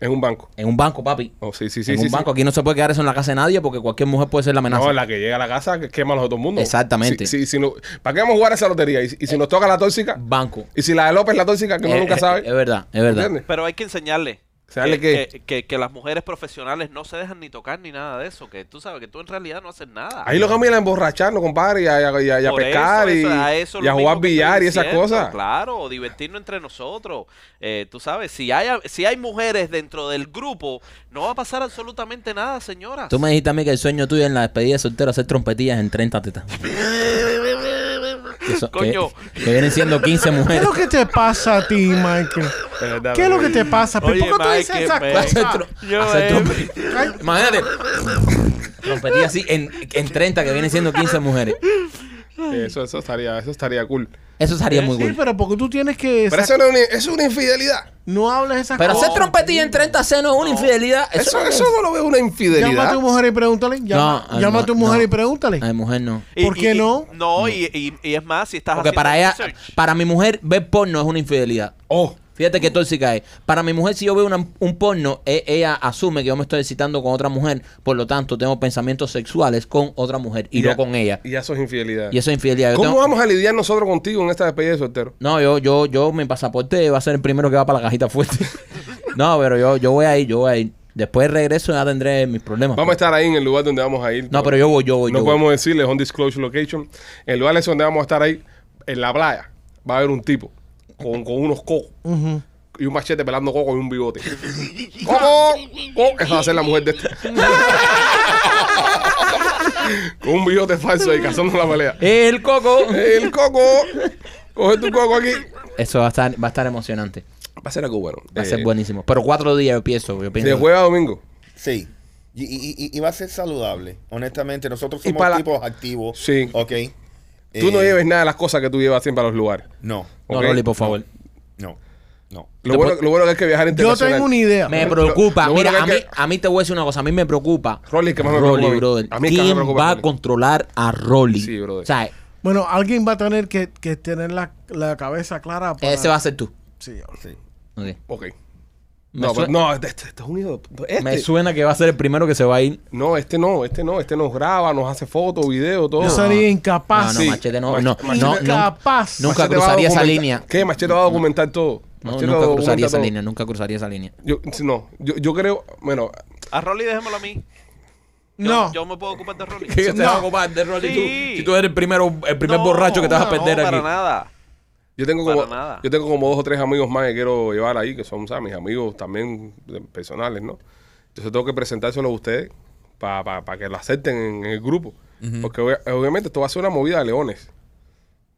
en un banco.
En un banco, papi.
Oh, sí, sí, sí.
en
sí,
un
sí.
banco. Aquí no se puede quedar eso en la casa de nadie porque cualquier mujer puede ser la amenaza.
No, la que llega a la casa que quema a los otros mundos.
Exactamente.
Sí, sí, si no- ¿Para qué vamos a jugar a esa lotería? Y, si- y si nos toca la tóxica.
Banco.
Y si la de López es la tóxica, que uno
Eh,
nunca
eh,
sabe.
Es verdad, es verdad.
¿Entiendes?
Pero hay que enseñarle.
¿Enseñarle qué?
que, que- que las mujeres profesionales no se dejan ni tocar ni nada de eso. Que tú sabes que tú en realidad no haces nada.
Ahí lo cambian a emborracharnos, compadre, y a, y a- y a- y a
Por
pescar
eso,
y,
eso, a eso
y
lo
a
mismo
jugar
que estoy
billar y esas
diciendo,
cosas.
Claro, divertirnos entre nosotros. Eh, tú sabes, si hay, si hay mujeres dentro del grupo, no va a pasar absolutamente nada, señoras.
Tú me dijiste a mí que el sueño tuyo en la despedida de soltero es hacer trompetillas en 30 tetas. Que, son- que-
Coño.
que vienen siendo 15
¿Qué es
mujeres.
lo que te pasa a ti, Michael?
De verdad,
¿Qué es lo que
Mike.
te pasa? ¿Por
Oye,
qué tú
Mike,
dices
qué
esas
pena.
Hacer
cosas?
tro-
Yo,
hacer
eh,
trompe- Imagínate. Trompería así en, en 30, que viene siendo 15 mujeres.
Eso, eso estaría, eso estaría cool.
Eso sería muy
Sí,
cool.
pero porque tú tienes que...
Pero eso
sac-
no es una, eso es una infidelidad.
No hables esas
Pero
cosas.
hacer trompetilla en 30 senos es una infidelidad.
Eso,
no es-
eso no lo veo una
Llama a
infidelidad.
tu mujer y pregúntale. Llama,
No, no,
llama a tu mujer
no.
y pregúntale.
Ay, mujer, no.
Y-
¿Por
y-
qué
y-
no?
No, y, y- y es más, si estás
Porque
haciendo
para ella,
research.
para mi mujer, ver porno es una infidelidad.
Oh,
Fíjate qué tóxica es. Para mi mujer, si yo veo una- un porno, e- ella asume que yo me estoy excitando con otra mujer, por lo tanto, tengo pensamientos sexuales con otra mujer y
ya-
no con ella.
Y eso es infidelidad.
Y eso es infidelidad. Yo
¿Cómo
tengo-
vamos a lidiar nosotros contigo en esta despedida de soltero?
No, yo, yo, yo, mi pasaporte va a ser el primero que va para la cajita fuerte. no, pero yo, yo voy a ir, yo voy a ir. Después regreso y ya tendré mis problemas.
Vamos a estar ahí en el lugar donde vamos a ir.
No, pero yo voy, yo voy,
No
yo voy.
podemos decirles on disclosure location. El lugar ese donde vamos a estar ahí, en la playa, va a haber un tipo con, con unos cocos. Y un machete pelando coco y un bigote. ¡Coco! ¡Coco! Esa va a ser la mujer de este. con un bigote falso y cazando la pelea.
El coco.
El coco. Coge tu coco aquí.
Eso va a estar, va a estar emocionante.
Va a ser algo bueno.
Va a ser
Eh,
buenísimo. Pero cuatro días yo pienso, yo pienso.
De jueves a domingo.
Sí. Y, y- y- y va a ser saludable, honestamente. Nosotros
Y
somos
para-
tipos activos.
Sí.
Ok.
Tú no
Eh,
lleves nada de las cosas que tú llevas siempre a los lugares.
No,
No,
¿ok?
Rolly, por favor.
no, no.
Lo bueno, lo bueno que es que viajar
Yo
internacional.
tengo una idea.
Me
Lo-
preocupa.
lo bueno
Mira, a
que
mí,
es que-
a mí te voy a decir una cosa. A mí me preocupa.
Rolly, que más me
Rolly,
preocupa a mí.
brother.
A mí es que más me
¿Quién
preocupa
va a
Rolly.
controlar a Rolly?
Sí, brother.
O sea,
Bueno, alguien va a tener que, que tener la, la cabeza clara para...
ese va a ser tú.
Sí,
Sí.
Ok.
Ok.
Me,
No,
sue-
pero, no, este, este es un hijo de- Este.
me suena que va a ser el primero que se va a ir.
No, este no, este no, este nos graba, nos hace fotos, videos, todo.
Yo sería
No,
incapaz.
no,
Sí.
machete, no.
Mach-
no,
Machete-
no, no.
Incapaz.
nunca
Ah, Machete va a
cruzaría esa
documentar-
línea.
¿Qué? Machete va a documentar todo.
No,
Machete
nunca
documenta
cruzaría esa
todo.
línea, nunca cruzaría esa línea.
Yo, no, yo, yo creo, bueno,
A Rolly déjemelo a mí. Yo,
No.
Yo me puedo ocupar de Rolly.
¿Qué te vas a ocupar de Rolly?
Sí.
Tú, si tú eres el, primero, el primer
No,
borracho que te vas a perder
no,
aquí.
para nada.
yo tengo
Para
como
nada.
yo tengo como dos o tres amigos más que quiero llevar ahí, que son ¿sabes? mis amigos también eh, personales, ¿no? Entonces tengo que presentárselo a ustedes para que lo acepten en, en el grupo. Porque obvia- obviamente esto va a ser una movida de leones.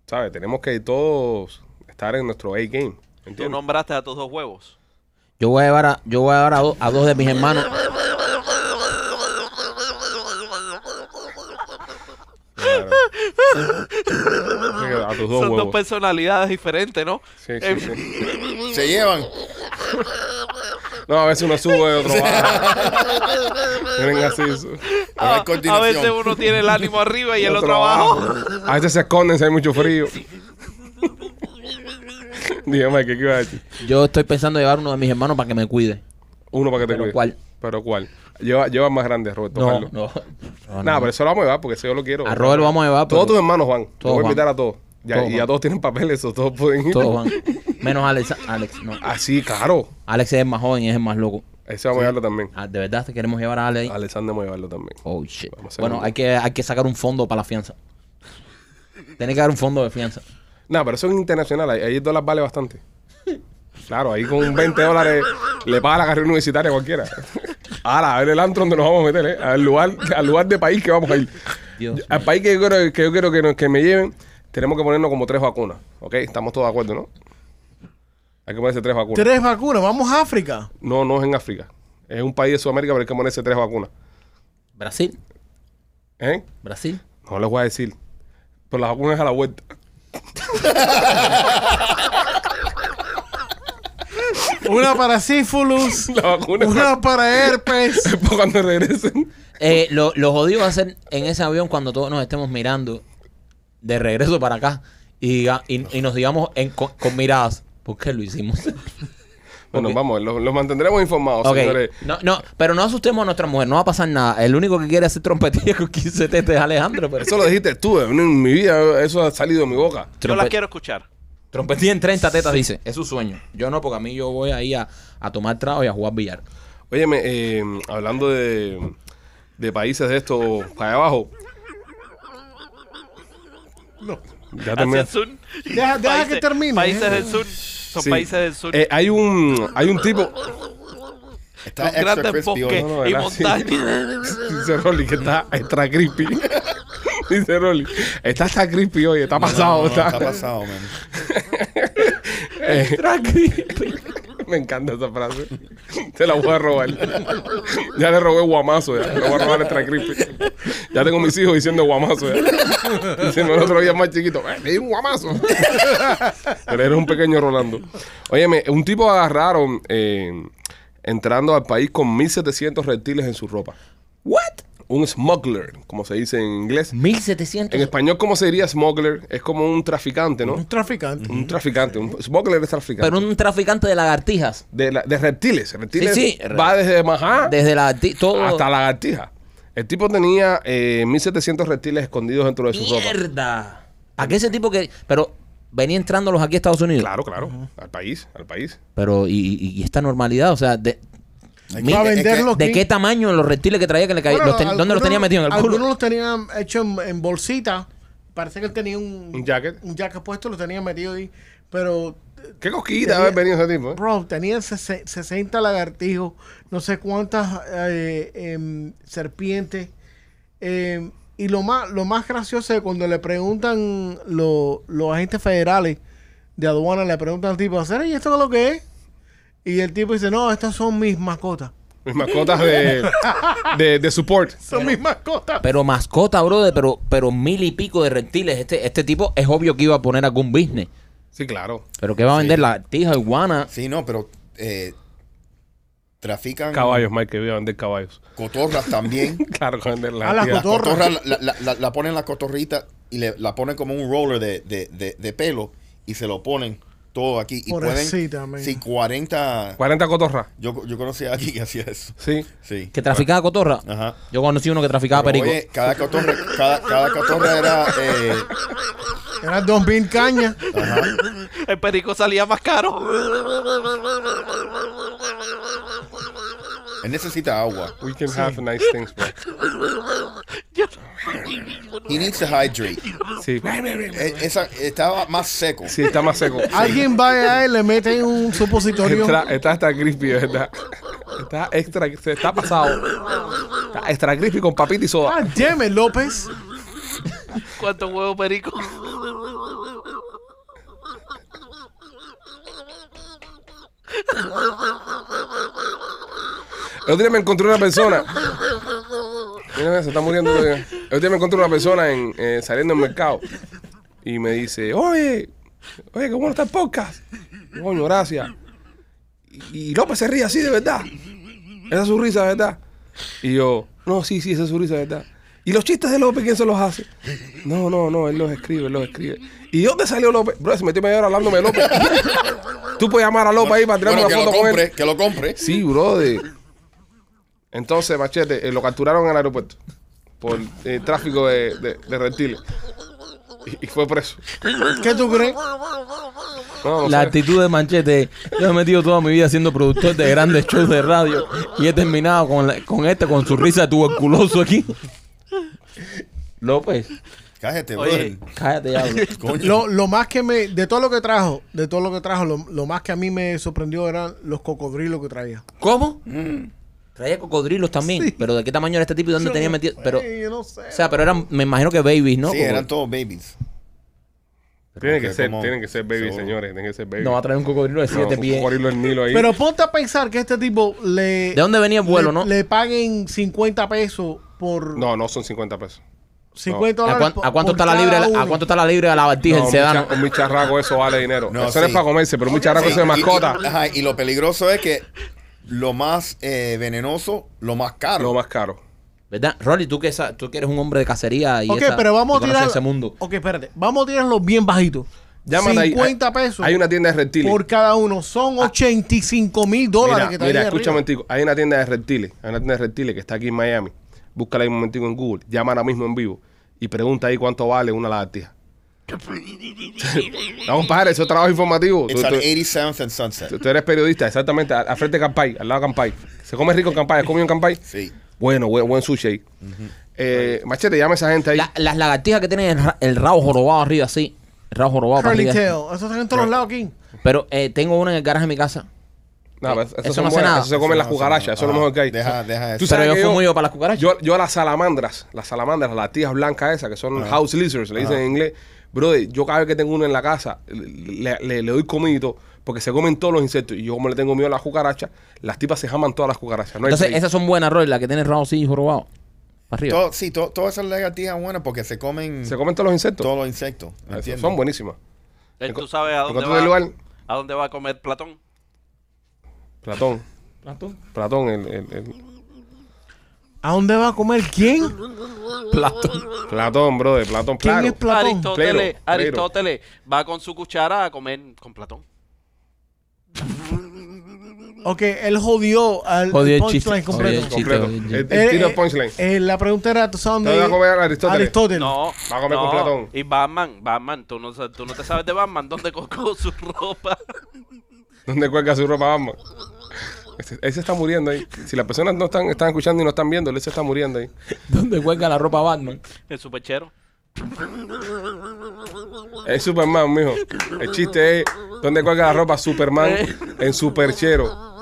¿Sabes? Tenemos que todos estar en nuestro A-game.
Tú
¿Entiendes?
nombraste a tus dos huevos.
Yo voy a llevar a, yo voy a, llevar a, do- a dos de mis hermanos.
Claro. Sí, a tus dos
Son
huevos.
dos personalidades diferentes, ¿no?
Sí,
Eh,
sí, sí.
Se llevan.
No, a veces uno sube y otro baja. Tienen así. su-
pero hay
Ah, A, a veces
coordinación.
uno tiene el ánimo arriba y el otro abajo.
A veces se esconden si hay mucho frío. Dígame, ¿qué, ¿qué iba a decir?
Yo estoy pensando llevar uno de mis hermanos para que me cuide.
Uno para que te
¿Pero
cuide.
cuál?
¿Pero cuál? Lleva, lleva más grande, Roberto.
No,
Carlos.
no. No,
Nada,
no.
pero eso lo vamos a llevar porque eso yo lo quiero.
A Robert lo vamos a llevar.
Todos
pero-
tus hermanos van. Yo
Todos
voy a invitar
van.
a todos. Ya-
Todos
y a
van.
todos tienen papeles, o todos pueden ir.
Todos van. Menos Alex. Alex, no.
Así, claro.
Alex es el más joven y es el más loco.
Ese vamos a llevarlo también.
Ah, ¿De verdad te queremos llevar a Alex? ahí?
Alexander vamos a llevarlo también.
Oh, shit.
Vamos a hacer
Bueno,
un-
hay que, hay que sacar un fondo para la fianza. Tiene que haber un fondo de fianza.
Nada, pero eso es internacional. Ahí, ahí el dólar vale bastante. Claro, ahí con 20 dólares le paga la carrera universitaria a cualquiera. Ahora, a ver el antro donde nos vamos a meter, ¿eh? Al lugar, al lugar de país que vamos a ir.
Dios
Al país que yo creo que, yo quiero que, nos- que me lleven, tenemos que ponernos como tres vacunas. ¿Ok? Estamos todos de acuerdo, ¿no? Hay que ponerse tres vacunas.
Tres vacunas. Vamos a África.
No, no es en África. Es un país de Sudamérica, pero hay que ponerse tres vacunas.
Brasil.
¿Eh?
Brasil.
No les voy a decir. Pero las vacunas a la vuelta.
Una para sífilis.
Las vacunas.
una para herpes.
Cuando regresen.
Eh, lo, lo jodido va a ser en ese avión cuando todos nos estemos mirando de regreso para acá y, diga- y, y nos digamos en- con, con miradas. ¿Por qué lo hicimos?
Bueno,
Ok.
vamos, los, los mantendremos informados,
Ok.
señores.
No, no, pero no asustemos a nuestra mujer, no va a pasar nada. El único que quiere hacer trompetilla con 15 tetes es Alejandro, pero
Eso lo dijiste tú, eh, en mi vida eso ha salido de mi boca.
Yo las
Trompe-
quiero escuchar.
trompetilla en 30 tetas, dice. Es su sueño. Yo no, porque a mí yo voy ahí a, a tomar trago y a jugar billar.
Óyeme, eh, hablando de, de países de estos para allá abajo. Ya
Hacia
terminé.
el sur.
Deja- deja que termine.
Países del sur. Son
Sí.
países del sur.
Eh, hay un hay un tipo
Está
con
extra
grandes
crispy hoy.
bosques
No, no,
y
era así.
montañas.
dice Rolly que está extra creepy. dice Rolly, está extra creepy hoy, está pasado,
No, no,
está,
está pasado, man.
eh, Me encanta esa frase. Te la voy a robar. Ya le robé guamazo. Ya. Le voy a robar extra creepy. Ya tengo mis hijos diciendo guamazo. Ya. Diciendo el otro día más chiquito. "Eh, le di un guamazo. Pero eres un pequeño Rolando. Óyeme, un tipo agarraron eh, entrando al país con 1700 reptiles en su ropa.
¿What?
Un smuggler, como se dice en inglés. En
1700.
español, ¿cómo se diría smuggler? Es como un traficante, ¿no?
Un traficante.
Un traficante. Un smuggler es traficante.
Pero un traficante de lagartijas.
De, la- de reptiles. Reptiles
Sí, sí.
va desde majá
Desde la todo
hasta lagartija. El tipo tenía eh, 1700 reptiles escondidos dentro de su ropa.
mierda. Aquí ese tipo que pero venía entrándolos aquí a Estados Unidos.
Claro, claro. Al país, al país.
Pero y, y- y esta normalidad, o sea, de, Mira,
Es que-
Para
es que-
venderlos.
¿de qué tamaño los reptiles que traía que le caía?
Bueno,
Los ten- ¿Dónde los
algunos-
tenía metido en el
Algunos
culo?
los tenían hecho en, en bolsita. Parece que él tenía un,
Un jacket.
Un jacket puesto, lo tenía metido ahí. Pero, eh,
Qué cosquillita haber venido ese tipo. ¿eh?
bro, tenía sese- 60 lagartijos, no sé cuántas eh, em, serpientes. em, y lo más, lo más gracioso es cuando le preguntan lo- los agentes federales de aduana, le preguntan al tipo, "¿Será, ¿y esto es lo que es? Y el tipo dice, no, estas son mis mascotas.
Mis mascotas de, de, de support.
Son mis mascotas.
Pero mascota, brother, pero, pero mil y pico de reptiles. Este, este tipo es obvio que iba a poner algún business.
Sí, claro.
Pero que va a vender lagartijas, iguana.
Sí, no, pero eh, trafican
Caballos, Mike, que voy a vender caballos.
cotorras también.
Claro, con vender
A las
lagartijas.
cotorras. Cotorra.
Cotorra, la, la- la- la ponen en la cotorrita y le, la ponen como un roller de, de- de- de pelo y se lo ponen todo aquí. Y
Pobrecita, man.
pueden, sí, 40.
40 cotorras.
Yo, yo conocí a alguien que hacía eso.
Sí.
Sí.
Que traficaba cotorra.
Ajá.
Yo conocí uno que traficaba
Pero,
Ah, perico.
oye, cada cotorra, cada, cada cotorra era. eh,
Eran dos mil cañas.
El perico salía más caro.
él necesita agua.
We can have nice things, bro.
He needs to hydrate.
Sí.
Eh, esa, estaba más seco.
Sí, está más seco.
Alguien va allá y le mete un supositorio.
Está, está hasta crispy, de ¿verdad? Está extra, se está pasado. Está extra crispy con papita y soda.
Ah, damn it, López.
¿Cuánto huevo perico?
El otro día me encontré una persona. Mira, se está muriendo. todavía. El otro día me encontré una persona en, eh, saliendo del mercado y me dice: Oye, oye, qué bueno está el podcast. Coño, gracias. Y, y López se ríe así de verdad. Esa es su risa de verdad. Y yo: No, sí, sí, esa es su risa de verdad. ¿Y los chistes de López quién se los hace? No, no, no, él los escribe, él los escribe. ¿Y dónde salió López? Bro, se metió media hora hablándome de López. Tú puedes llamar a López ahí para tirarme
Bueno, que
una
lo
foto con él.
compre, que lo compre.
Sí, brother. Entonces, Machete, eh, lo capturaron en el aeropuerto por eh, tráfico de, de- de reptiles. Y, y fue preso.
¿Qué tú crees?
No, no
La
sé.
actitud de Manchete. Yo me he metido toda mi vida siendo productor de grandes shows de radio. Y he terminado con, la- con este, con su risa de tuberculoso aquí. López,
Cállate,
Oye.
brother.
cállate ya. bro.
Coño.
Lo, lo más que me. De todo lo que trajo, de todo lo que trajo, lo, lo más que a mí me sorprendió eran los cocodrilos que traía.
¿Cómo? Mm. Traía cocodrilos también. Pero ¿de qué tamaño era este tipo y dónde tenía metido? Pero,
Ey,
o
yo no sé.
sea, pero eran, me imagino que babies, ¿no?
sí,
Como-
eran todos babies.
Tienen
Ok,
que ser,
como-
tienen que ser baby,
seguro.
señores. Tienen que ser baby.
No, va a traer un cocodrilo de siete
un
pies.
cocodrilo del Nilo ahí.
Pero ponte a pensar que este tipo le.
¿De dónde venía el vuelo,
le,
no?
Le paguen 50 pesos por.
no, no son 50 pesos.
50
¿A,
dólares.
cuán- a cuánto
por
está la
cada
libre, ¿A
uno.
cuánto está la libre de la lagartija
No,
en
un
Sedano?
cha- un micharraco eso vale dinero.
No,
eso no es
sí.
para comerse, pero un micharraco
Sí,
eso es de
y- y-
mascota.
ajá, y lo peligroso es que lo más eh, venenoso, lo más caro.
Lo más caro.
¿Verdad? Rolly, tú que, sa- tú que eres un hombre de cacería y
Ok,
esa-
pero
y
vamos a
conoces
tirar.
ese mundo.
Ok, espérate. Vamos a tirarlos bien bajitos.
Llámate ahí.
50
Hay-
pesos.
Hay una tienda de reptiles.
por cada uno. Son
Ah.
85 mil dólares
Mira,
que
mira,
traía
escucha un
arriba.
momentico. Hay una tienda de reptiles. Hay una tienda de reptiles que está aquí en Miami. Búscala ahí un momentico en Google. Llama ahora mismo en vivo. Y pregunta ahí cuánto vale una lagartija. no, compadre, eso es trabajo informativo. Tú,
It's on
tú-
87th and Sunset.
tú- tú eres periodista, exactamente. Al, al frente de Campay, al lado de Campay. ¿Se come rico en Campay? ¿Has comido en Campay?
Sí.
Bueno, buen, buen sushi ahí. Eh, machete, llama a esa gente ahí.
La- las lagartijas que tienen el, ra- el rabo jorobado arriba, así. El rabo jorobado para
Curly
arriba.
Tail. Eso está en todos lados aquí.
Pero eh, tengo una en el garaje de mi casa.
No, pero esas
eso
pues, son
no hace
buenas,
nada.
Eso se comen
Eso
las
no hace
cucarachas.
nada.
Eso es lo mejor que hay.
Deja- deja
Tú
eso.
sabes
Pero yo
que
fumo yo para las cucarachas.
Yo, yo a las salamandras, las salamandras, las tías blancas esas, que son house lizards, le dicen en inglés. Brother, yo cada vez que tengo uno en la casa, le, le- le doy comidito, porque se comen todos los insectos. Y yo, como le tengo miedo a las cucarachas, las tipas se jaman todas las cucarachas. No hay
Entonces,
break.
esas son buenas, Roy, las que tiene Raúl sí jorobado. Para arriba.
Todo- sí, to- todas esas lagartijas buenas porque se comen
se comen todos los insectos.
todos los insectos.
Eso,
¿entiendes?
son buenísimas.
Eh, ¿Tú sabes a dónde,
Encontraste el
va,
lugar,
a dónde va a comer Platón?
Platón. Platón. Platón, el, el- el-
¿A dónde va a comer quién?
Platón, brother, Platón,
¿Quién
claro.
es Platón?
Aristóteles,
Plero, plero.
Aristóteles va con su cuchara a comer con Platón.
Ok, él jodió al
Jodió el
punchline
chiste,
completo.
jodió el chiste.
completo.
Chito,
El,
Eh,
el tiro
eh,
punchline.
eh, la pregunta era, ¿tú sabes dónde?
¿Dónde va a comer
iba?
Aristóteles?
Aristóteles.
No,
Va a comer con
no.
Platón.
Y Batman, Batman, tú no, sa- tú no te sabes de Batman, ¿dónde colgó su ropa?
¿Dónde cuelga su ropa Batman? Ese, ese está muriendo ahí. Si las personas no están, están escuchando y no están viendo, él se está muriendo ahí.
¿Dónde cuelga la ropa Batman?
En su pechero.
Es Superman, mijo. El chiste es ¿Dónde cuelga la ropa Superman en superchero.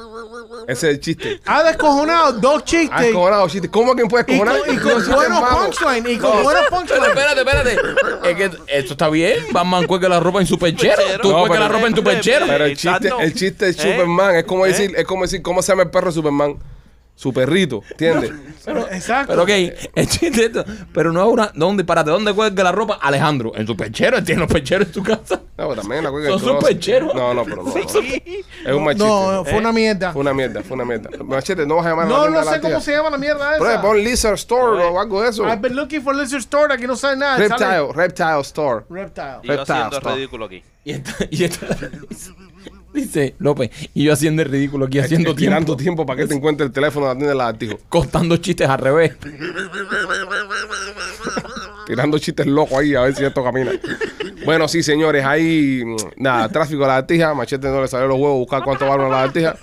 Ese es el chiste.
Ha descojonado dos
Ah,
chistes.
cojonado, chiste. ¿Cómo que puedes
Y con,
cojonar?
y
No,
con
chiste,
buenos
hermano.
punchline. Y con buenos punchline.
Espérate, espérate. Es que esto está bien. Batman cuelga la ropa en su pechero. Tú
No,
cuelgas la
pero-
ropa en tu pechero.
Pero el chiste,
Exacto.
el chiste es
¿Eh?
Superman. Es como
¿Eh?
decir, es como decir, ¿cómo se llama el perro de Superman? Su perrito, ¿entiendes?
Exacto.
Pero ok, el chiste es esto. Pero no es una, no es un disparate. ¿Dónde cuelga la ropa? Alejandro, en su pechero. Él tiene los pecheros en su casa.
No, pero también la cuelga en
Son
el closet.
supercheros.
No, no, pero no. no. Es un machiste.
No, fue una mierda.
Fue una mierda, fue una mierda. Machete, no vas a llamar a
No,
la
no sé
tienda de
cómo
la
se
tía.
llama la mierda
Bro,
esa.
pon Lizard Store o algo de eso.
I've been looking for Lizard Store, aquí no sabe nada. sale
Reptile, Reptile Store.
Y
Reptile.
yo
Reptile,
haciendo
está.
ridículo aquí.
Y esta, y esta- dice López, y yo haciendo el ridículo aquí, haciendo
Tirando
tiempo,
tiempo para que te encuentre el teléfono de la tienda del lagartijo.
contando chistes al revés.
Tirando chistes locos ahí, a ver si esto camina. Bueno, sí, señores, ahí. mm, Nada, tráfico de lagartija. Machete no le salió los huevos buscar cuánto vale una lagartija.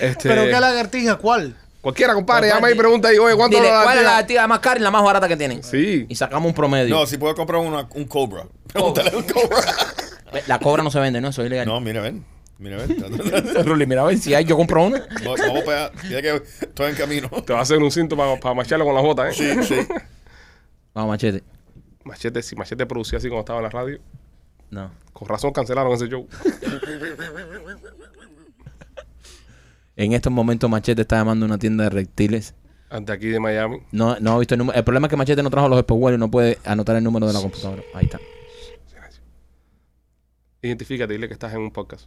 Este,
Pero qué lagartija, ¿cuál?
Cualquiera, compadre, llama ahí y pregunta ahí, oye, ¿cuánto
Dile,
vale la
¿cuál es la
lagartija?
actividad más cara y la más barata que tienen?
Sí.
Y sacamos un promedio.
No, si puedo comprar una- un cobra. Pregúntale a un cobra.
Ve, La cobra no se vende, ¿no? Eso es ilegal.
no, mira, ven. Mira, ven.
Rulli, mira, a ver si hay, yo compro una.
Vamos vamos para allá. Ya que estoy en camino.
Te va a hacer un cinto para, para macharlo con las botas, ¿eh?
Sí, sí.
Vamos, machete.
Machete, si Machete producía así cuando estaba en la radio,
No.
con razón cancelaron ese show.
En estos momentos Machete está llamando a una tienda de reptiles.
Ante aquí de Miami.
No, no ha visto el número. El problema es que Machete no trajo los espejuelos y no puede anotar el número de la computadora. Ahí está.
Identifícate, dile que estás en un podcast.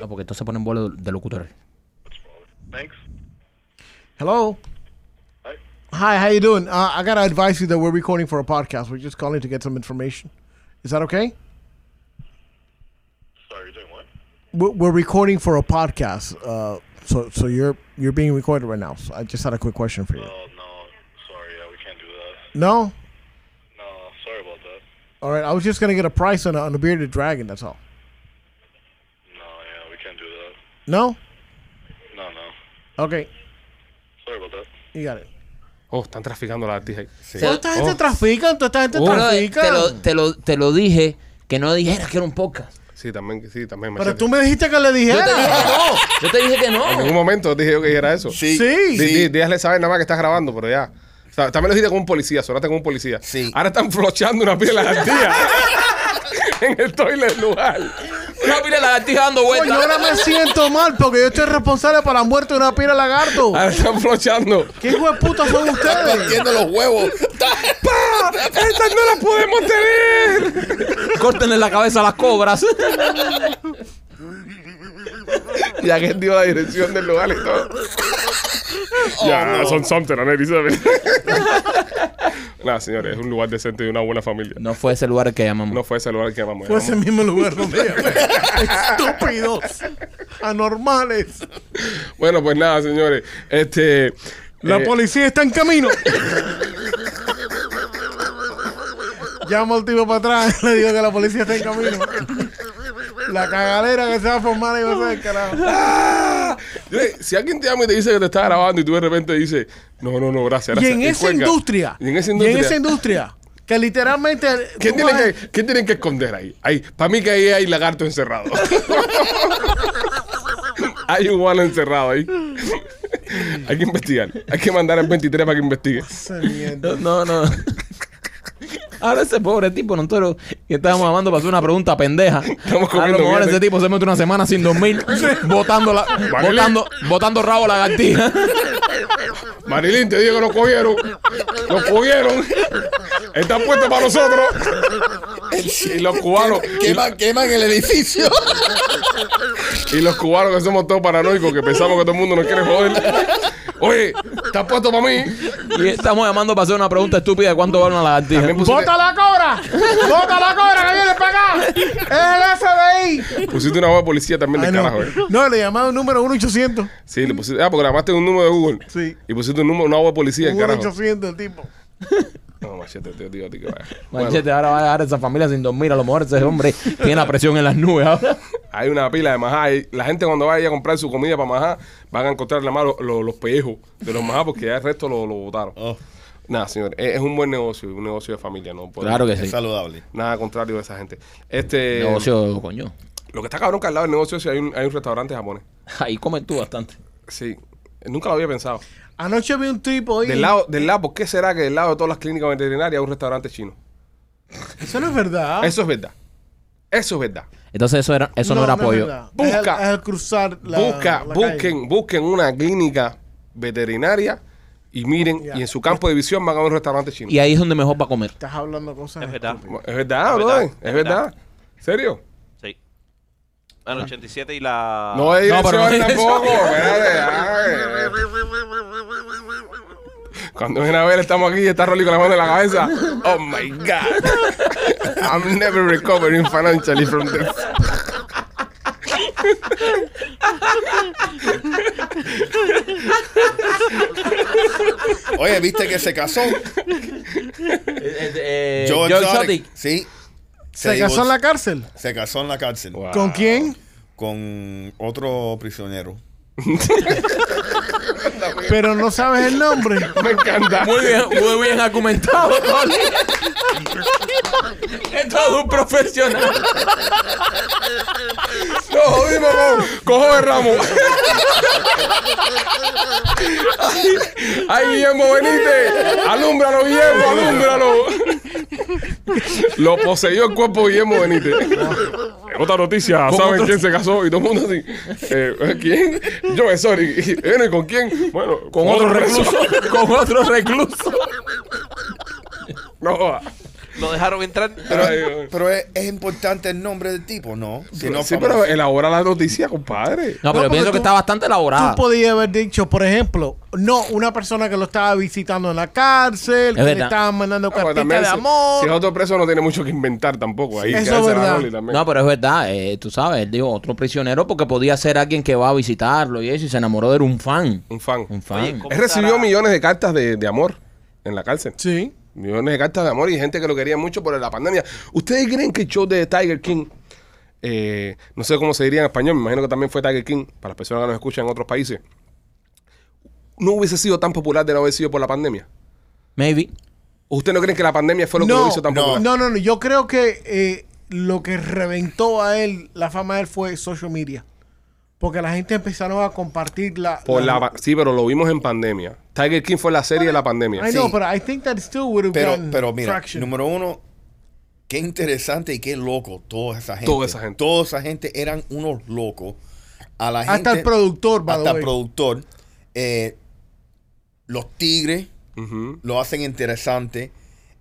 No, porque entonces ponen vuelo de locutores.
Hello. Hi, how you doing? Uh, I gotta advise you that we're recording for a podcast. We're just calling to get some information. Is that okay?
Sorry, you're doing what?
We're, we're recording for a podcast, uh, so so you're you're being recorded right now. So I just had a quick question for you.
Oh no, sorry, yeah, we can't do that.
No,
No, sorry about that.
all right. I was just gonna get a price on a, on a bearded dragon. That's all.
No, yeah, we can't do that.
No.
No, no,
Okay,
sorry about that.
you got it.
Oh, están traficando la lagartija ahí.
Te, oh.
Toda esta gente trafican, toda esta gente
Bro,
trafica.
te lo, te, lo, te lo dije que no dijeras que era un podcast.
Sí, también, sí, también.
Pero
Machete.
tú me dijiste que le
Yo te dije que
dijera.
no. Yo te dije que
En
no.
un momento dije yo que dijera eso.
Sí.
Sí.
Di- di- Dígale saber nada más que estás grabando, pero ya. O sea, también lo dijiste con un policía, sonaste con un policía.
Sí.
Ahora están flochando una piel de lagartija en el toilet del lugar.
Una pila de lagartija dando
Coño,
vueltas.
ahora me siento mal porque yo estoy responsable para la muerte de una pira lagarto.
Ah.
Ahora están flochando.
¿Qué hijo de puta son ustedes?
Partiendo los huevos.
¡Pa! ¡Estas no las podemos tener!
Córtenle la cabeza a las cobras.
Ya que él dio la dirección del lugar y todo.
Oh,
ya, son something, ¿no, Elizabeth? nada, señores, es un lugar decente de una buena familia.
No fue ese lugar el que llamamos.
No fue ese lugar que amamos.
Fue ese
Llamamos-
mismo lugar donde ella fue. Estúpidos. Anormales.
Bueno, pues nada, señores. Este.
La
eh,
policía está en camino. Llamo al tipo para atrás, le digo que la policía está en camino. La cagadera que se va a formar y va a ser el carajo.
Oye, eh, Si alguien te llama y te dice que te está grabando y tú de repente dices, no, no, no, gracias.
Y
gracias",
en esa
cuelga.
industria.
Y en esa industria.
Y en esa industria. Que literalmente.
¿Qué
tú
tienen,
vas-
que, qué tienen que esconder ahí? ahí Para mí que ahí hay lagarto encerrado. hay un humano encerrado ahí. hay que investigar. Hay que mandar al 23 para que investigue.
Esa mierda.
No, no. Ahora ese pobre tipo, nosotros que estábamos hablando para hacer una pregunta pendeja. A
comiendo
lo mejor
mierda.
ese tipo se mete una semana sin dormir, botando, la,
Vale.
botando, botando rabo a la lagartija.
Marilín, te digo que nos cogieron. Nos cogieron. Están puestos para nosotros. Y los cubanos. y-
Queman, queman el edificio.
Y los cubanos que somos todos paranoicos, que pensamos que todo el mundo nos quiere joder. Oye, está puesto para mí.
Y estamos llamando para hacer una pregunta estúpida de cuánto vale una lagartija.
También pusiste,
¡Bota la cobra! ¡Bota la cobra que viene para acá! ¡Es el FBI!
pusiste una voz de policía también de
Ay,
carajo. eh.
Ah, no. no, le llamaron número 1800.
Sí, le pusiste. Ah, porque grabaste un número de Google.
Sí.
Y pusiste un número, una voz de policía, el carajo.
1800 el tipo.
No, machete, te digo a ti que vaya.
Manchete, ahora va a dejar a esa familia sin dormir. A lo mejor ese hombre tiene la presión en las nubes ahora.
Bueno, hay una pila de majá. y La gente cuando vaya a comprar su comida para majá, van a encontrar nada más lo- lo- los pellejos de los majá porque ya el resto lo, lo botaron.
Oh.
Nada, señores, es, es un buen negocio, un negocio de familia, ¿no? podemos-
Claro que
Es
sí.
saludable.
Nada contrario de esa gente. Este.
Negocio, coño.
Lo que está cabrón que al lado del negocio sí hay un, hay un restaurante japonés.
Ahí comen tú bastante.
Sí. Nunca lo había pensado.
Anoche vi un tipo ahí.
Del lado, del lado, ¿por qué será que del lado de todas las clínicas veterinarias hay un restaurante chino?
Eso no es verdad.
Eso es verdad. Eso es verdad.
Entonces eso, era, eso no, era
es
apoyo.
verdad. Es
Busca.
al- es al cruzar la.
Busca,
la calle.
busquen, busquen una clínica veterinaria y miren,
Ya.
y en su campo de visión van a ver un restaurante chino.
y Ah, ahí es donde mejor va a comer.
Estás hablando cosas.
Es verdad.
Es verdad,
Es
bro.
verdad,
Es
es
verdad. ¿Serio?
Sí. Bueno, 87 y la.
No es
Ah. No, pero no
dirección
hay
tampoco. espérate, ay. Cuando viene a ver, estamos aquí y está Rolly con la mano en la cabeza. Oh my God. I'm never recovering financially from this.
Oye, ¿viste que se casó?
Joe Exotic.
Sí.
¿Se casó
divor-
en la cárcel?
Se casó en la cárcel.
Ah.
Wow.
¿Con quién?
Con otro prisionero.
Pero no sabes el nombre.
Me encanta.
Muy bien, muy bien argumentado, Rolly. es todo un profesional.
Nos jodimos con, con Jorge Ramos. ay, ay, Guillermo Benítez. Alúmbralo, Guillermo, alúmbralo. Lo poseyó el cuerpo de Guillermo Benítez. Otra noticia, ¿saben quién se casó? Y todo el mundo así. eh, ¿Quién? Yo, sorry. Y, bueno, ¿y ¿Con quién? Bueno,
Con otro recluso. con otro recluso.
No, joda.
Lo dejaron entrar.
Ay, Dios.
Pero es, es importante el nombre del tipo, ¿no? Si no
sí,
famoso.
pero elabora la noticia, compadre.
No, pero
porque
pienso
tú-
que está bastante elaborada.
Tú podías haber dicho, por ejemplo, no, una persona que lo estaba visitando en la cárcel, que le
verdad.
estaban mandando
No, pero
cartitas de
Ah, si-
amor.
Si, es otro preso, no tiene mucho que inventar tampoco. Ahí
Eso
quedarse
es
a la
verdad.
Rolly también.
No, pero es verdad, eh, tú sabes, él dijo otro prisionero porque podía ser alguien que va a visitarlo y eso, y se enamoró de él, un fan.
Un fan.
Un fan.
Oye, ¿cómo
Él recibió
estará?
millones de cartas de, de amor en la cárcel.
Sí.
Millones de cartas de amor y gente que lo quería mucho por la pandemia. ¿Ustedes creen que el show de Tiger King, eh, no sé cómo se diría en español, me imagino que también fue Tiger King, para las personas que nos escuchan en otros países, no hubiese sido tan popular de no haber sido por la pandemia?
Maybe.
¿Ustedes no creen que la pandemia fue lo que lo
No,
hizo tan
no,
popular?
no, no, yo creo que eh, lo que reventó a él, la fama de él fue social media. Porque la gente empezaron a compartir la...
Por la,
la-
pa- sí, pero lo vimos en pandemia. Tiger King fue la serie de la pandemia.
I know,
Sí.
but I think that still would have
Pero,
gotten
pero mira,
traction.
número uno, qué interesante y qué loco toda esa gente.
Toda esa gente.
Toda esa gente eran unos locos. A la
Hasta
gente,
el productor, by the
Hasta el
way.
productor. Eh, los tigres
Ujú.
lo hacen interesante.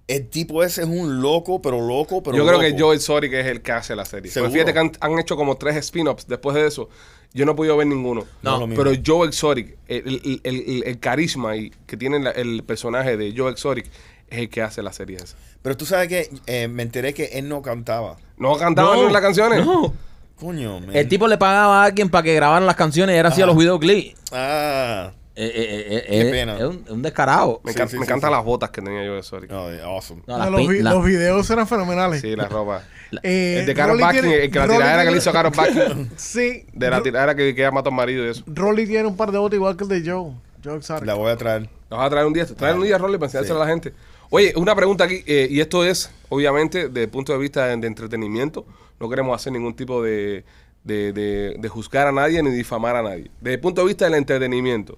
El tipo ese es un loco, pero loco, pero
yo creo que
loco.
Joel Sorry que es el que hace la serie. Pero
Seguro.
fíjate que han, han hecho como tres spin-offs después de eso. Yo no he podido ver ninguno.
No, No. lo mismo.
pero Joe Exotic, el, el- el- el carisma y- que tiene la- el personaje de Joe Exotic es el que hace la serie esa.
Pero tú sabes que eh, me enteré que él no cantaba.
¿No cantaban
No,
en las canciones?
No.
Coño, man.
El tipo le pagaba a alguien para que grabaran las canciones y él hacía los videoclips.
Ah.
Eh, eh, eh, eh,
Qué
eh,
pena.
Es un, un descarado.
Me,
Sí,
encan-
sí,
me
sí,
encantan
sí.
las botas que tenía Joe Exotic.
Oh, yeah, awesome.
No,
No,
las
los,
pin-
vi-
las-
los videos eran fenomenales.
Sí, la ropa.
Eh,
el de Carol
Rolly
Backing,
tiene-
el que la
Rolly
tiradera que
tiene-
le hizo a Carol Backing.
Sí.
De la
Ro-
tiradera que, que ella mató al marido y eso.
Rolly tiene un par de botas igual que el de Joe. Joe Exotic.
La voy a traer.
Nos vas a traer un día. Traer un día, Rolly, para enseñárselo a la gente. Oye, una pregunta aquí, eh, y esto es, obviamente, desde el punto de vista de, de entretenimiento. No queremos hacer ningún tipo de, de, de- de juzgar a nadie ni difamar a nadie. Desde el punto de vista del entretenimiento,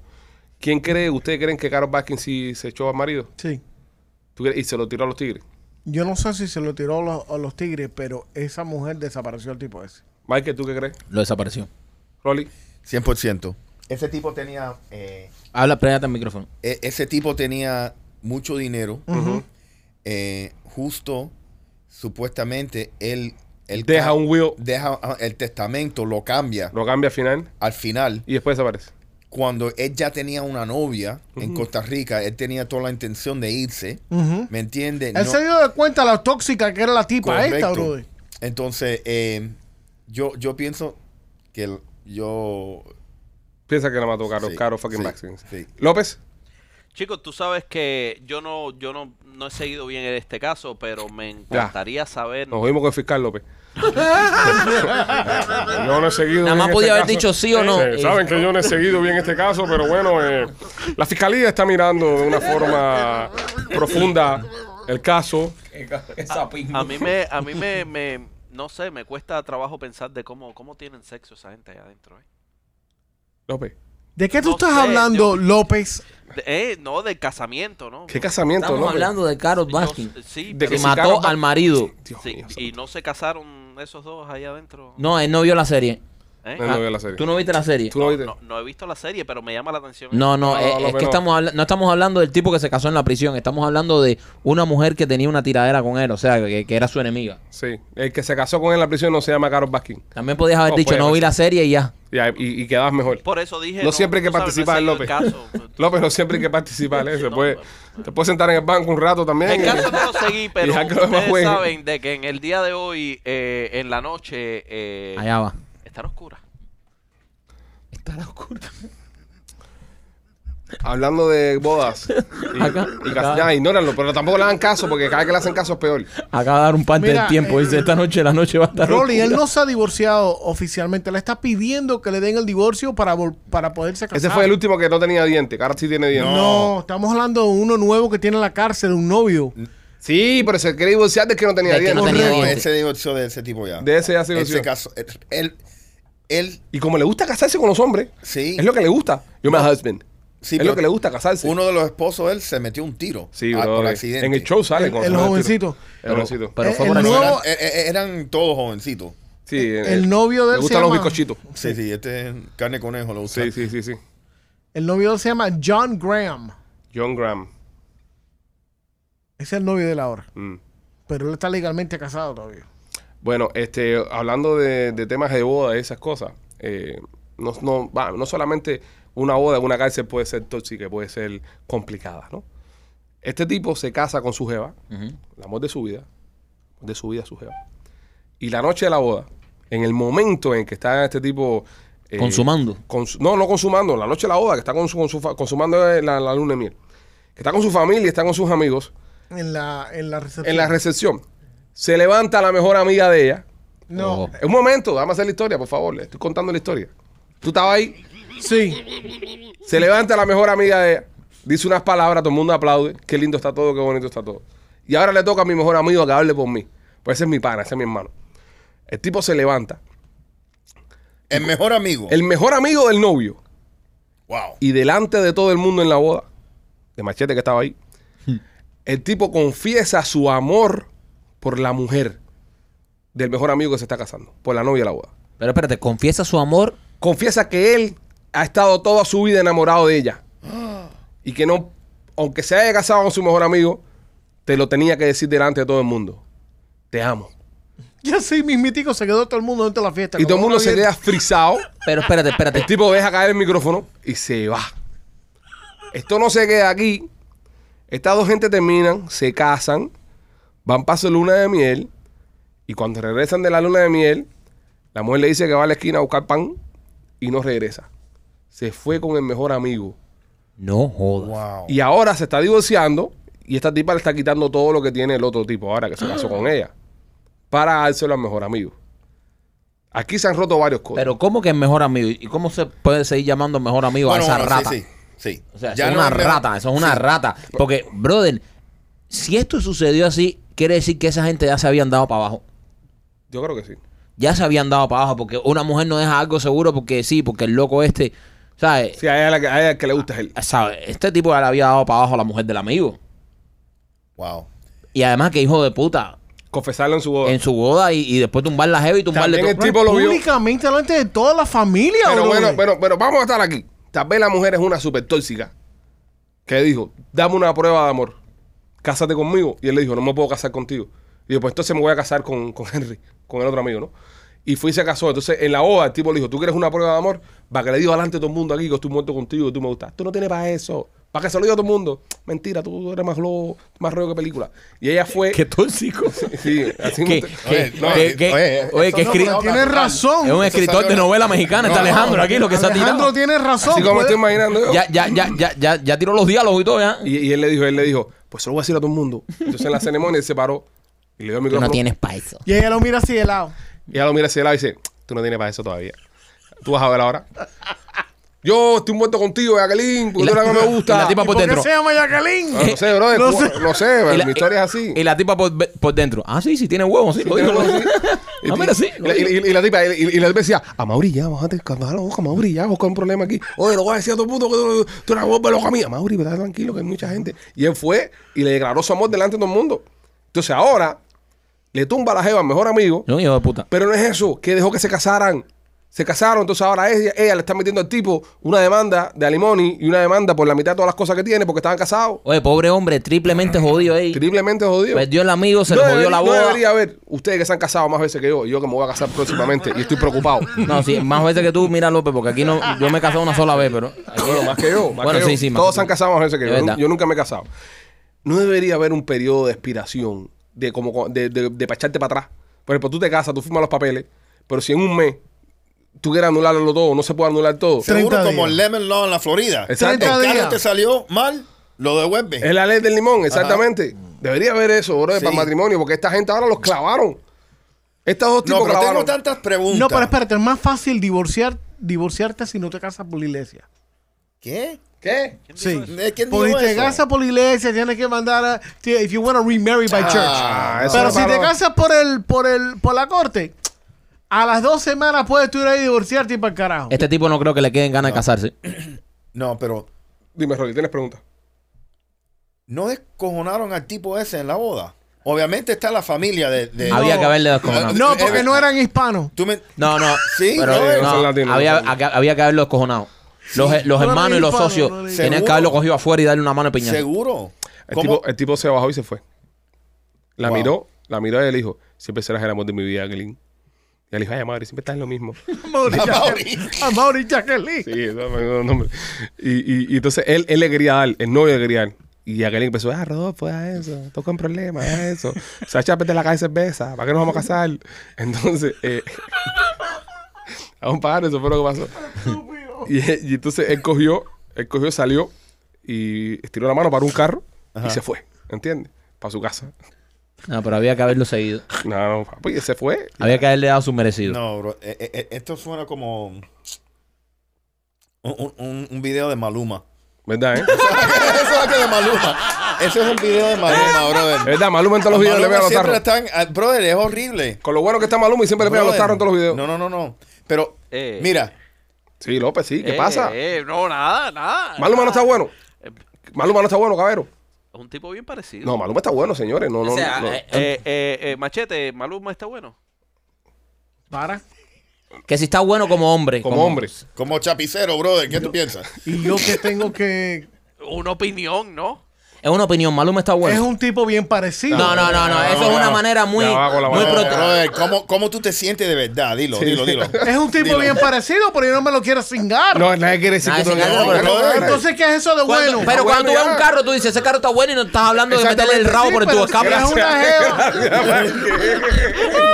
¿quién cree, ustedes creen que Carol Baskin sí se echó al marido?
Sí.
¿Tú crees? Y se lo tiró a los tigres.
Yo no sé si se lo tiró a los, a los tigres, pero esa mujer desapareció el tipo ese.
Michael, ¿tú qué crees?
Lo desapareció.
Rolly.
100%. Ese tipo tenía... eh,
Habla, pégate al micrófono.
e- ese tipo tenía mucho dinero. Eh, justo, supuestamente, él... él
Deja
ca-
un will.
Deja ah, el testamento, lo cambia
Lo cambia al final
al final.
y después desaparece.
Cuando él ya tenía una novia en Costa Rica, él tenía toda la intención de irse. ¿Me entiendes?
Él se dio de cuenta la tóxica que era la tipa esta,
Correcto.
brother.
Entonces, eh, yo, yo pienso que el- yo...
Piensa que la mató Caro.
Sí,
Caro fucking
sí,
Maxins.
sí.
López.
Chicos, tú sabes que yo no, yo no, no he seguido bien en este caso, pero me encantaría saber.
Nos oímos con el fiscal López. yo no he seguido.
Nada
bien
más
este
podía haber
caso.
dicho sí o no.
Eh, Saben que yo no he seguido bien este caso, pero bueno, eh, la fiscalía está mirando de una forma profunda el caso.
Ah.
A mí me, a mí me, me- no sé, me cuesta trabajo pensar de cómo, cómo tienen sexo esa gente ahí adentro. ¿eh?
López,
¿De qué tú
No
estás
sé,
hablando,
yo-
López?
De- eh, no, del casamiento, ¿no?
¿qué casamiento,
Estamos
López?
hablando de Carol
No,
Baskin.
sí,
De
pero-
Que
si
mató
Carol Ba-
al marido.
Dios
sí,
mío.
y no se casaron esos dos ahí adentro.
No, él no vio la serie.
¿eh?
No, no veo la serie.
Ah, ¿Tú no viste la serie?
¿Tú no viste?
No, no he visto la serie, pero me llama la atención.
No, no,
No,
eh,
no,
es
pero
que
no.
estamos habla- no estamos hablando del tipo que se casó en la prisión, estamos hablando de una mujer que tenía una tiradera con él, o sea, que, que era su enemiga.
Sí, el que se casó con él en la prisión no se llama Carol Baskin.
También podías haber
Oh,
dicho,
puede
no pues, vi
ser.
la serie y ya.
Y, y, y quedabas mejor.
Por eso dije.
No, siempre hay que
tú sabes, no he
participar,
seguido
López.
El caso,
López, no siempre hay que participar. ¿eh? Se
No,
puede, te puedes sentar en el banco un rato también.
El
y-
caso no lo seguí, pero
Deja que los demás
ustedes
jueguen.
saben de que en el día de hoy, eh, en la noche, eh,
Allá va.
están oscuras.
Estará oscuro.
Hablando de bodas y,
Acá.
y cas- ya, ignóranlo, pero tampoco le hagan caso porque cada vez que le hacen caso es peor.
Acaba de dar un parte
Mira,
del tiempo,
eh,
dice, esta noche la noche va a estar
Rolly,
oscura".
él no se ha divorciado oficialmente. Le está pidiendo que le den el divorcio para, vol- para poderse casar.
Ese fue el último que no tenía diente, que ahora sí tiene diente.
No, estamos hablando de uno nuevo que tiene en la cárcel, un novio.
Sí, pero se quiere divorciar de que no tenía
De que
diente.
no tenía
No,
dientes.
él se divorció de ese tipo ya.
De ese ya se
Él
divorció.
se casó. Él, él, él-
Y como le gusta casarse con los hombres,
sí.
es lo que le gusta. Yo my husband.
Sí,
es
pero
lo que le gusta casarse.
Uno de los esposos de él se metió un tiro.
sí,
ah,
bro,
por
eh.
accidente.
En el show sale
El-
con
el
los tiros.
jovencito.
El jovencito.
Pero
Eh,
fue
el
por
Pero
accidente.
nuevo-
eran, e- e- eran todos jovencitos.
sí, eh,
el novio de él
Le
se
gustan los
llama-
bizcochitos.
Sí, sí, este es carne de conejo lo usa.
Sí, sí, sí, sí.
El novio de él se llama John Graham.
John Graham.
Ese es el novio de él ahora.
Mm.
Pero él está legalmente casado todavía.
Bueno, este, hablando de, de temas de boda y esas cosas, eh, no, no, va, no solamente una boda en una cárcel puede ser tóxica, puede ser complicada, ¿no? Este tipo se casa con su jeva, el amor de su vida, de su vida su jeva. Y la noche de la boda, en el momento en que está este tipo... eh,
Consumando.
cons- no, no consumando, la noche de la boda, que está con su- con su fa- consumando eh, la, la luna de miel. Que está con su familia, está con sus amigos,
En la, en la recepción.
en la recepción. Se levanta la mejor amiga de ella,
No.
Oh.
un momento, dame hacer la historia, por favor. Le estoy contando la historia. Tú estabas ahí,
Sí.
se levanta la mejor amiga de ella, dice unas palabras, todo el mundo aplaude. Qué lindo está todo, qué bonito está todo. Y ahora le toca a mi mejor amigo que hable por mí. Pues ese es mi pana, ese es mi hermano. El tipo se levanta.
El mejor amigo.
El mejor amigo del novio.
Wow.
Y delante de todo el mundo en la boda, de machete que estaba ahí, el tipo confiesa su amor por la mujer del mejor amigo que se está casando, por la novia de la boda.
Pero espérate, confiesa su amor.
confiesa que él ha estado toda su vida enamorado de ella. Y que no, aunque se haya casado con su mejor amigo, te lo tenía que decir delante de todo el mundo. Te amo.
Ya sí, mismitico se quedó todo el mundo dentro de la fiesta.
Y todo el
Como
mundo
una
se
bien-
queda frisado.
Pero espérate, espérate.
El tipo deja caer el micrófono y se va. Esto no se queda aquí. Estas dos gente terminan, se casan, van para su luna de miel. Y cuando regresan de la luna de miel, la mujer le dice que va a la esquina a buscar pan y no regresa. Se fue con el mejor amigo.
No jodas.
Wow.
Y ahora se está divorciando y esta tipa le está quitando todo lo que tiene el otro tipo ahora que se casó con ella para dárselo al mejor amigo. Aquí se han roto varios cosas.
Pero ¿cómo que es mejor amigo? ¿Y cómo se puede seguir llamando mejor amigo
Bueno,
a esa
bueno,
rata?
Sí, sí, sí.
O sea,
Ya
eso es
no
una
es-
rata, eso es una
sí.
rata. Porque, brother, si esto sucedió así, quiere decir que esa gente ya se habían dado para abajo.
Yo creo que sí.
Ya se habían dado para abajo, porque una mujer no deja algo seguro porque sí, porque el loco este, ¿sabes?
Sí, a ella, la que- a ella que le gusta es él.
¿Sabes? Este tipo ya le había dado para abajo a la mujer del amigo.
Wow.
Y Y además que hijo de puta.
Confesarlo en su boda.
En su boda y, y después tumbar la jeva y tumbarle
También el
todo.
tipo lo vio.
Públicamente delante de toda la familia,
Pero
brother.
bueno, pero, pero vamos a estar aquí. Tal vez la mujer es una super tóxica. Que dijo, dame una prueba de amor. Cásate conmigo. Y él le dijo, no me puedo casar contigo. Y dijo, pues entonces me voy a casar con, con Henry, con el otro amigo, ¿no? Y fui y se casó. Entonces en la boda el tipo le dijo, ¿tú quieres una prueba de amor? Para que le diga adelante a todo el mundo aquí que estoy muerto contigo, que tú me gustas. Tú no tienes para eso. Para que se lo diga a todo el mundo. Mentira, tú eres más loco, más rollo que película. Y ella fue...
Qué tóxico.
Sí, así
¿Qué?
me-
Oye,
¿Qué?
no,
¿Qué?
eh,
¿Qué?
oye,
Oye,
eso
que
no
escri-
me lo-
Tienes razón.
Es un escritor
salió-
de novela mexicana, está
No, no,
Alejandro aquí, lo que se ha
Alejandro
tirado.
tiene razón.
Así como me
puede-
estoy imaginando yo.
Ya, ya, ya, ya, ya, ya tiró los diálogos y todo, ¿ya?
Y, y él le dijo, él le dijo, pues se lo voy a decir a todo el mundo. Entonces en la ceremonia él se paró y le dio el
Tú
micrófono.
no tienes pa' eso.
Y ella lo mira así de lado.
Y ella lo mira hacia el lado y dice, tú no tienes para eso todavía. Tú vas a ver ahora. Yo estoy muerto contigo, Jacqueline, porque
Y
tú
la-
eres la que me gusta.
y la tipa
¿Y
por
por qué
dentro.
se llama Jacqueline?
No, no sé, brother.
No
No sé,
sé.
no sé pero
Y la-
mi historia es así.
Y la tipa por, por dentro. Ah, sí, sí, tiene huevos, sí, lo dijo. lo dijo. Ah, mira, sí.
Y
lo
la- y-
dijo.
y- y la tipa, y, y la tipa decía, a Mauri, ya, bájate, calma la boca, Mauri, ya, busca un problema aquí. Oye, lo voy a decir a todo el mundo que tú, tú eres bomba loca mía. Mauri, pero está tranquilo que hay mucha gente. Y él fue y le declaró su amor delante de todo el mundo. Entonces ahora le tumba la jeva al mejor amigo.
No, hijo de puta.
Pero no es eso, que dejó que se casaran. Se casaron, entonces ahora ella, ella le está metiendo al tipo una demanda de alimony y una demanda por la mitad de todas las cosas que tiene porque estaban casados.
Oye, pobre hombre, triplemente jodido ahí.
Triplemente jodido.
Perdió el amigo, se le jodió
debería-
la
No
boda.
debería haber ustedes que se han casado más veces que yo. y Yo que me voy a casar próximamente y estoy preocupado.
No, sí, más veces que tú, mira López, porque aquí no, yo me he casado una sola vez, pero.
Bueno, más que yo. más
Bueno,
que
sí,
yo.
sí, más que
Todos
tú.
se han casado más veces que
Es
yo. Yo nu-
verdad.
Yo nunca me he casado. No debería haber un periodo de expiración, de como co- de, de, de pa' echarte para atrás. Por ejemplo, tú te casas, tú firmas los papeles, pero si en un mes tú quieres anularlo todo, no se puede anular todo.
Seguro
30
como
días.
Lemon Law en la Florida.
Exacto.
El
30
carro
días.
te salió mal, lo devuelves.
Es la ley del limón, exactamente. Debería haber eso, bro,
Sí.
para el matrimonio, porque esta gente ahora los clavaron. Estos dos tipos
no, pero tengo
clavaron.
tantas preguntas.
No, pero espérate, es más fácil divorciar, divorciarte si no te casas por la iglesia.
¿Qué?
¿Qué?
Sí.
¿De ¿Quién
Porque
dijo
si te
eso?
casas por la iglesia, tienes que mandar a. si- If you want to remarry by
Ah,
church.
eso
Pero
no
si
paró.
te casas por el, por el, por la corte, a las dos semanas puedes tú ir ahí y divorciarte y para el carajo.
Este tipo no creo que le queden ganas de casarse.
No, pero
Dime, Rolly, ¿tienes preguntas?
no descojonaron al tipo ese en la boda. Obviamente está la familia de. de-
Había que haberle descojonado.
No, porque no eran hispanos.
Tú me-
No, no.
Sí,
pero, eh,
no,
no,
son latinos,
había,
son latinos.
acá- había que haberlo descojonado. Los, eh, los
No le
hermanos y los
disparo,
socios
no le
tenían
disparo.
que haberlo cogido afuera y darle una mano de piñazo.
Seguro.
El
¿Cómo?
tipo, el tipo se bajó y se fue. La
Wow.
miró, la miró y él dijo, siempre serás el amor de mi vida, Glyn. Y él dijo, ay, madre, siempre estás en lo mismo.
Mauri
A
Jacqueline.
Mauri.
A Mauri Jacqueline.
Sí, eso me acuerdo el nombre. Y, y- y entonces él, él le quería dar, el novio le quería dar. Y aquel empezó, ah, Rodolfo, haz eso, toca un problema, haz eso. Sacha, vete a la calle de cerveza, ¿para qué nos vamos a casar? Entonces, eh, a un par, eso fue lo que pasó. Y, y entonces él cogió, él cogió, salió y estiró la mano para un carro y se fue, ¿entiendes? Para su casa.
No, pero había que haberlo seguido.
No, no, papi, Pues, se fue.
Había que haberle dado su merecido.
No, bro. eh, eh, eh, esto suena como. Un, un- un- un video de Maluma.
¿Verdad, eh?
Eso es de Maluma. Eso es un video de Maluma, brother.
¿Verdad? Maluma en todos los videos le pegan
Maluma
los
siempre
tarros.
están. ah, Brother, es horrible.
Con lo bueno que está Maluma y siempre le pegan los
Brother.
tarros en todos los videos.
No, no, no, no. Pero,
Eh.
mira,
Sí, López, sí, ¿qué
Eh,
pasa?
eh, no, nada, nada.
Maluma
ah,
no está bueno.
Eh,
Maluma no está bueno, cabero.
Es un tipo bien parecido.
No, Maluma está bueno, señores. No, no,
O sea,
no.
eh,
Eh, eh, eh, machete, Maluma está bueno.
Para.
que si está bueno como hombre.
como hombre.
como chapicero, brother, ¿qué tú piensas?
Y yo que tengo que.
Una opinión, ¿no?
Es una opinión. Maluma está bueno.
Es un tipo bien parecido.
No, no, no, no. Eso
no,
es una
no.
manera muy.
Ya va con la
muy
mano.
No,
prote-
brother, ¿cómo, ¿cómo tú te sientes de verdad? Dilo, dilo, dilo.
Es un tipo bien parecido, pero yo no me lo quiero cingar.
No, nadie quiere decir
Nadie
que tú
se
no-
gana por el-
no, no, no.
Entonces, ¿qué es eso de
Cuando-
bueno?
pero
Ah,
cuando tú
bueno,
ves
ya.
un carro, tú dices, ese carro está bueno y no estás hablando de meterle el
Exactamente,
rabo
Sí,
por el
pero
tubo
si
escape.
tienes una jeva.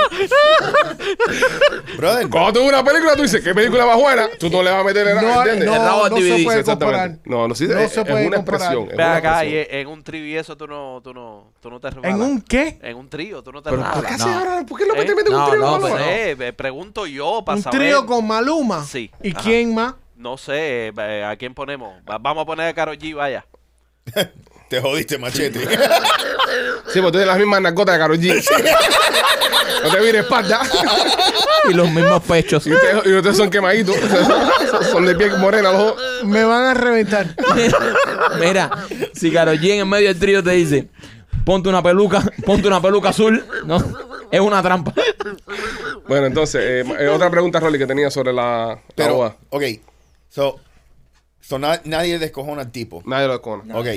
Brother,
Cuando tú ves una película, tú dices, ¿qué película más buena? Tú no le vas a meter el
No,
¿entiendes?
no,
El rabo
no
al DVD,
se puede comparar.
exactamente. No, no, sí,
No
es,
se
es
puede
una
comparar.
expresión. es
Ve
una
acá, y
expresión.
e- en un trío y eso tú no, tú no, tú no te resbalas.
¿En un qué?
En un trío, tú no te
Pero,
resbalas.
¿por qué
No.
se ahora? ¿Por qué lo que te
Eh,
meten un
no,
trío?
no,
malo?
pues,
No
eh.
sé, me pregunto yo para
Un
saber.
trío con Maluma.
Sí,
¿Y
ajá.
quién más?
No sé, eh, ¿a quién ponemos? Va- Vamos a poner a Karol G, vaya.
te jodiste, machete.
Sí, pues tú tienes las mismas narcotas de Karol G. no te vires espalda.
Y los mismos pechos.
y, ustedes, y ustedes son quemaditos. son de piel morena los dos.
Me van a reventar.
Mira, si Karol G en el medio del trío te dice, ponte una peluca, ponte una peluca azul. No, es una trampa.
Bueno, entonces, eh, ma- eh, otra pregunta, Rolly, que tenía sobre la, la
Pero,
boda.
ok. So, so na- nadie descojona al tipo.
Nadie lo conoce.
Ok.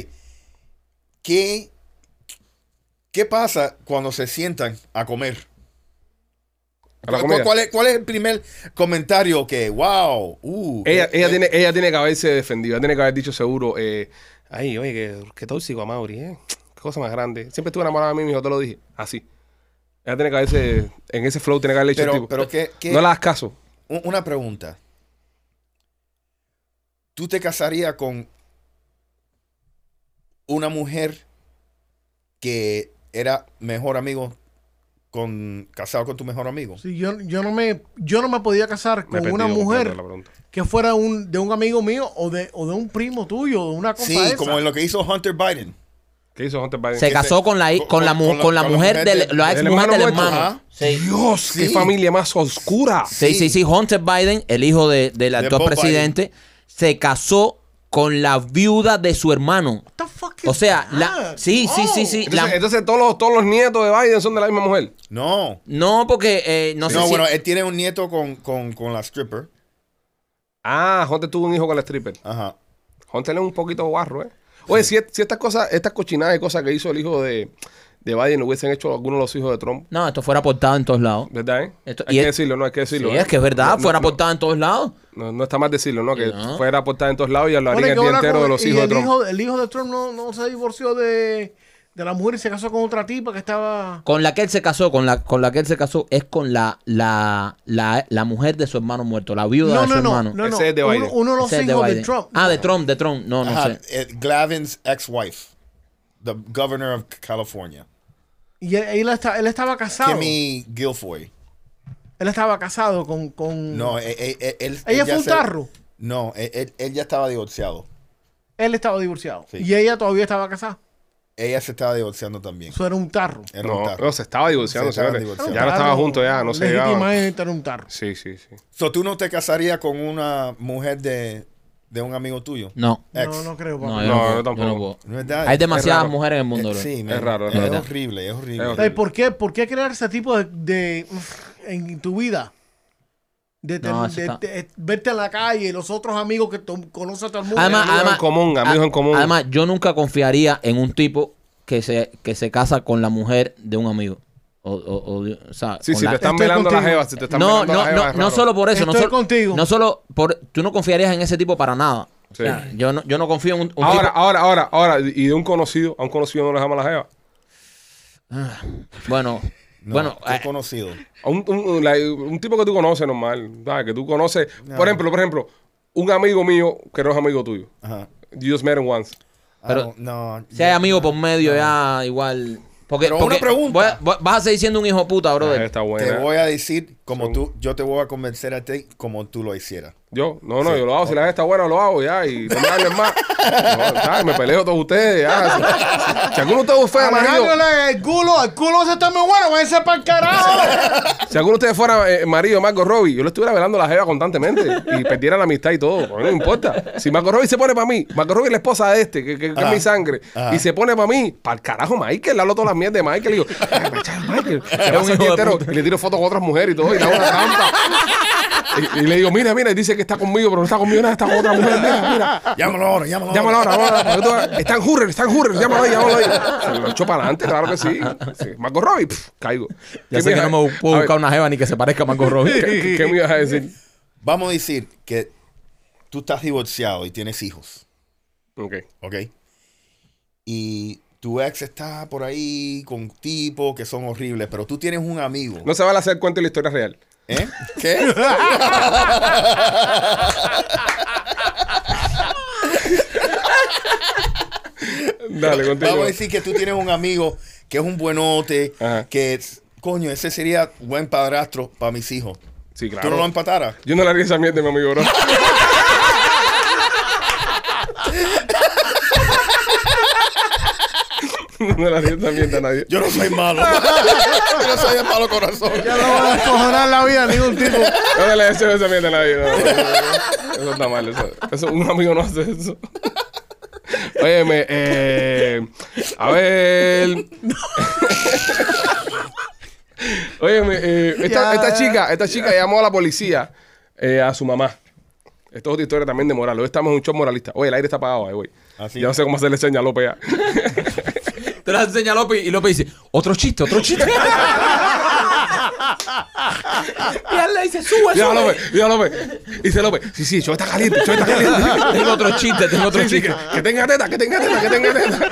¿Qué, ¿Qué pasa cuando se sientan a comer?
A la
¿Cu-
comida.
¿Cuál, es, cuál es el primer comentario que, wow, uh,
Ella,
eh,
ella,
eh,
tiene, ella tiene que haberse defendido, ella tiene que haber dicho seguro, eh, ay, oye, qué, qué tóxico a Mauri, ¿eh? Qué cosa más grande. Siempre estuve enamorada de mí, mijo, te lo dije. Así. Ella tiene que haberse, en ese flow tiene que haberle dicho
Pero-
al tipo,
pero qué- qué-
No le hagas caso.
u- Una pregunta. ¿Tú te casarías con una mujer que era mejor amigo con casado con tu mejor amigo?
Sí, yo, yo, no me, yo no me podía casar
Me he
con una
perdido
mujer
completo la pregunta.
que fuera un, de un amigo mío o de, o de un primo tuyo, o de una cosa
Sí, como en lo que hizo Hunter Biden.
¿Qué hizo Hunter Biden?
Se
¿Qué,
casó con la, hi- con la, mu- con la mujer, del, la ex
del
mujer
hermano Ah,
del
muerto.
hermano.
Ajá.
Sí.
Dios, qué
Sí.
familia más oscura.
Sí, sí, sí. Hunter Biden, el hijo de- del actual
Bob
presidente, se casó con la viuda de su hermano.
What the fuck
O
is
sea, la,
that?
sí, sí, sí,
Oh.
sí. la-
Entonces, eh, entonces todos, los, todos los nietos de Biden son de la misma mujer.
No.
no, porque eh, no sé
No,
si-
bueno, él tiene un nieto con, con, con la stripper.
Ah, Hunter tuvo un hijo con la stripper.
Ajá.
Hunter es un poquito guarro, ¿eh? Oye, si, si estas cosas, estas cochinadas y cosas que hizo el hijo de, de Biden lo hubiesen hecho algunos de los hijos de Trump,
No, esto fuera aportado en todos lados.
¿verdad, eh?
Esto-
hay
y
que
es-
decirlo, no hay que
Sí,
decirlo. ¿eh?
es que es
No,
verdad,
no,
fuera
no,
aportado en todos lados.
No, no está mal decirlo, ¿no? Que
No.
fuera aportada en todos lados y
Bueno,
hablaría
que
el día
ahora
entero
con-
de los
y
hijos de
el
Trump.
Hijo, el hijo de Trump no, no se divorció de, de la mujer y se casó con otra tipa que estaba...
Con la que él se casó, con la, con la que él se casó, es con la, la, la, la mujer de su hermano muerto, la viuda
No,
de su
no, no,
hermano.
no, no.
Ese es de
uno,
Biden.
uno de los
Ese es
hijos de,
Biden.
Trump.
Ah, de Trump, de Trump. No, no
Ajá.
sé.
eh, Glavin's ex-wife, the governor of California.
Y él, él está- él estaba casado.
Kimmy Guilfoy.
Él estaba casado con... con...
No, eh, eh, eh, él.
Mm. ¿Ella
él ya
fue un
se-
tarro?
No, eh, él, él ya estaba divorciado.
Él estaba divorciado.
Sí.
Y ella todavía estaba casada.
Ella se estaba divorciando también.
Eso era un tarro.
Era un
No,
tarro.
no, se estaba divorciando,
Se estaban
señores.
divorciando.
Ya no estaba junto, ya, no se llevaba.
Legítimamente era un tarro.
Sí, sí, sí.
So, ¿Tú no te casarías con una mujer de, de un amigo tuyo?
No.
Ex.
No, no creo.
No,
papá.
yo
No,
no, puedo,
yo tampoco.
yo no puedo.
¿No es verdad?
Hay demasiadas
raro.
mujeres en el
Eh,
mundo. bro.
sí, man.
Es raro, es
es,
raro.
horrible, es horrible.
Es
Ay, ¿por, qué, ¿Por qué crear ese tipo de, de- en tu vida? De, ten-
No, eso
de-
está-
de- verte en la calle, los otros amigos que to- conoces a todo el mundo.
Además,
Amigos en
además,
común, amigos en común.
Ah, además, yo nunca confiaría en un tipo que se, que se casa con la mujer de un amigo. O, o, o de- o sea,
Sí,
con
si
la-
te están
Estoy
velando las
contigo.
jevas, si te están
no,
velando las
no,
jevas.
no,
es
no
raro.
solo por eso. no
Estoy
solo,
contigo.
No solo por. Tú no confiarías en ese tipo para nada.
Sí.
O sea, yo, no, yo no confío en un, un
Ahora,
tipo.
ahora, ahora, ahora, y de un conocido, a un conocido no le llama la jeva.
Bueno,
No,
bueno.
qué
eh,
conocido.
Un, un- un- la- un tipo que tú conoces normal, ¿sabes? Que tú conoces. Por ejemplo, por ejemplo, un amigo mío que no es amigo tuyo.
Ajá.
You just met him once.
I
Pero-
don't- no,
Si hay amigos por medio, ya igual. Porque,
Pero
porque
una pregunta.
voy a- voy- vas a seguir siendo un hijo puta,
Ah,
brother.
está buena.
Te voy a decir como
Son-
tú, yo te voy a convencer a ti como tú lo hicieras.
Yo, no, no, yo lo hago. Si la gente está buena, lo hago ya. Y no me hablen más. No, ¿sabes? Me peleo todos ustedes. Ya. Si, si alguno de
Pues,
ustedes fuera marido,
Arreglándole el culo, el culo se está muy bueno, váyase para el carajo.
si alguno de ustedes fuera eh, marido de Marco Robbie, yo le estuviera velando la jeva constantemente y perdiera la amistad y todo. A mí no me importa. Si Marco Robbie se pone para mí, Marco Robbie es la esposa de este, que, que- que es
Ajá.
mi sangre,
Ajá.
y se pone para mí, para el carajo, Michael, le hablo todas las mierdas de Michael. Y digo, "Ay, me echa Michael. Se pasa
un hijo
el día
de
entero
puta.
y le tiro fotos con otras mujeres y todo, y le hago una trampa. Y, y le digo, mira, mira, y dice que está conmigo, pero no está conmigo nada, está con otra mujer. Mira, mira.
Llámalo ahora, llámalo
Llámalo ahora, ahora. porque tú vas- Está en Hurrer, está en Hurrer. Llámalo ahí, llámalo ahí. Se lo echo para adelante, claro que sí. sí. Marco Robbie, pf, caigo.
Ya
¿Qué
sé
me
que
ibas
no me
a-
puedo
a
buscar
ver,
una jeva ni que se parezca a Mango Robbie.
¿qué, qué me ibas a decir?
Vamos a decir que tú estás divorciado y tienes hijos,
Ok.
¿ok? Y tu ex está por ahí con tipos que son horribles, pero tú tienes un amigo.
No se vale hacer cuento de la historia real.
¿Eh? ¿Qué?
Dale,
Vamos a
continúa.
decir que tú tienes un amigo que es un buenote,
Ajá.
que es- coño, ese sería buen padrastro para mis hijos.
Sí,
¿Tú no lo
claro.
empataras?
Yo no le haría esa mierda, mi amigo, bro. No le haría esa mierda a nadie.
Yo no soy malo. Yo no soy de malo corazón.
Ya no va a descojonar la vida a ningún tipo.
Yo no le deseo esa mierda a nadie. no, no, no, no. Eso está mal. Eso, eso- un amigo no hace eso. Óyeme, eh, a ver. Óyeme, eh, esta,
Ya.
esta chica, esta chica llamó a la policía eh, a su mamá. Esto es otra historia también de moral. Hoy estamos en un show moralista. Oye, el aire está apagado, ahí, güey.
Así.
Ya no sé cómo hacerle señal, López. ya.
Te la enseña López y López dice, otro chiste, otro chiste. y él le dice, sube,
Mira,
sube.
López, mira, López. Dice López, sí, sí, el show está caliente, el show está caliente.
tengo otro chiste, tengo otro
Sí, sí, que,
chiste.
que tenga teta, que tenga teta, que tenga teta.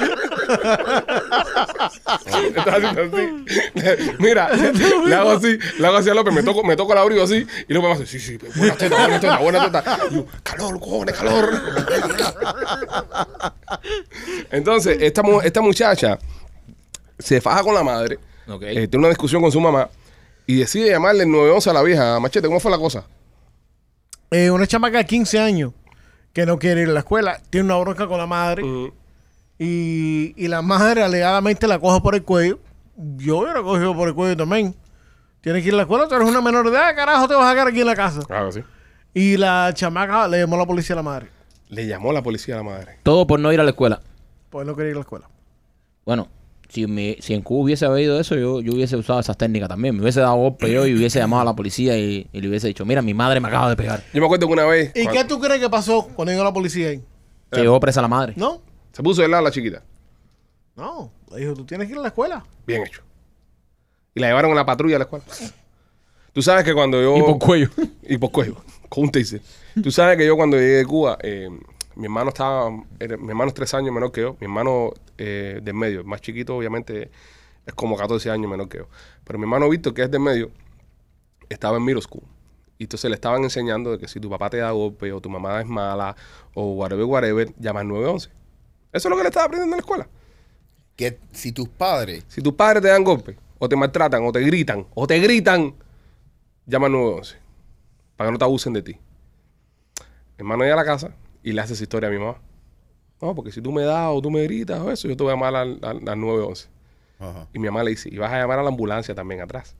Estaba haciendo así. Mira, le hago así, le hago así a López, me toco, me toco el abrigo así, y López me hace, sí, sí, buena teta, buena teta, buena teta. Y yo, calor, cojones, calor. Entonces, esta, mu- esta muchacha se faja con la madre,
Ok.
eh, tiene una discusión con su mamá, y decide llamarle el 911 a la vieja, machete, ¿cómo fue la cosa?
Eh, una chamaca de 15 años que no quiere ir a la escuela, tiene una bronca con la madre y, y la madre alegadamente la coge por el cuello. Yo hubiera cogido por el cuello también. Tienes que ir a la escuela, tú eres una menor de edad, carajo, te vas a quedar aquí en la casa.
Claro, sí.
Y la chamaca le llamó a la policía a la madre,
Le llamó la policía a la madre.
Todo por no ir a la escuela.
pues no quería ir a la escuela.
Bueno, si, me- si en Cuba hubiese habido eso, yo, yo hubiese usado esas técnicas también. Me hubiese dado golpe yo y hubiese llamado a la policía y, y le hubiese dicho, mira, mi madre me acaba de pegar.
Yo me acuerdo que una vez.
¿Y
cuando-
qué tú crees que pasó cuando llegó la policía ahí?
Se llevó presa la madre.
¿No?
Se puso de lado la chiquita.
No, le dijo, tú tienes que ir a la escuela.
Bien hecho. Y la llevaron a la patrulla a la escuela. Tú sabes que cuando yo.
Y por cuello.
Y por cuello. Con un taser. Tú sabes que yo cuando llegué de Cuba, eh, mi hermano estaba. era- mi hermano es tres años menor que yo. Mi hermano eh, del medio, el más chiquito, obviamente, es como 14 años menor que yo. Pero mi hermano Víctor, que es del medio, estaba en middle school. Y entonces le estaban enseñando de que si tu papá te da golpe o tu mamá es mala o whatever, whatever, llamas 911. Eso es lo que le estaba aprendiendo en la escuela.
Que si tus padres
Si tus padres te dan golpe, o te maltratan, o te gritan, o te gritan, llama al 911 para que no te abusen de ti. Mi hermano llega a la casa y le hace esa historia a mi mamá. No, porque si tú me das o tú me gritas o eso, yo te voy a llamar al, al- al 911.
Ajá.
Y mi mamá le dice, y vas a llamar a la ambulancia también atrás.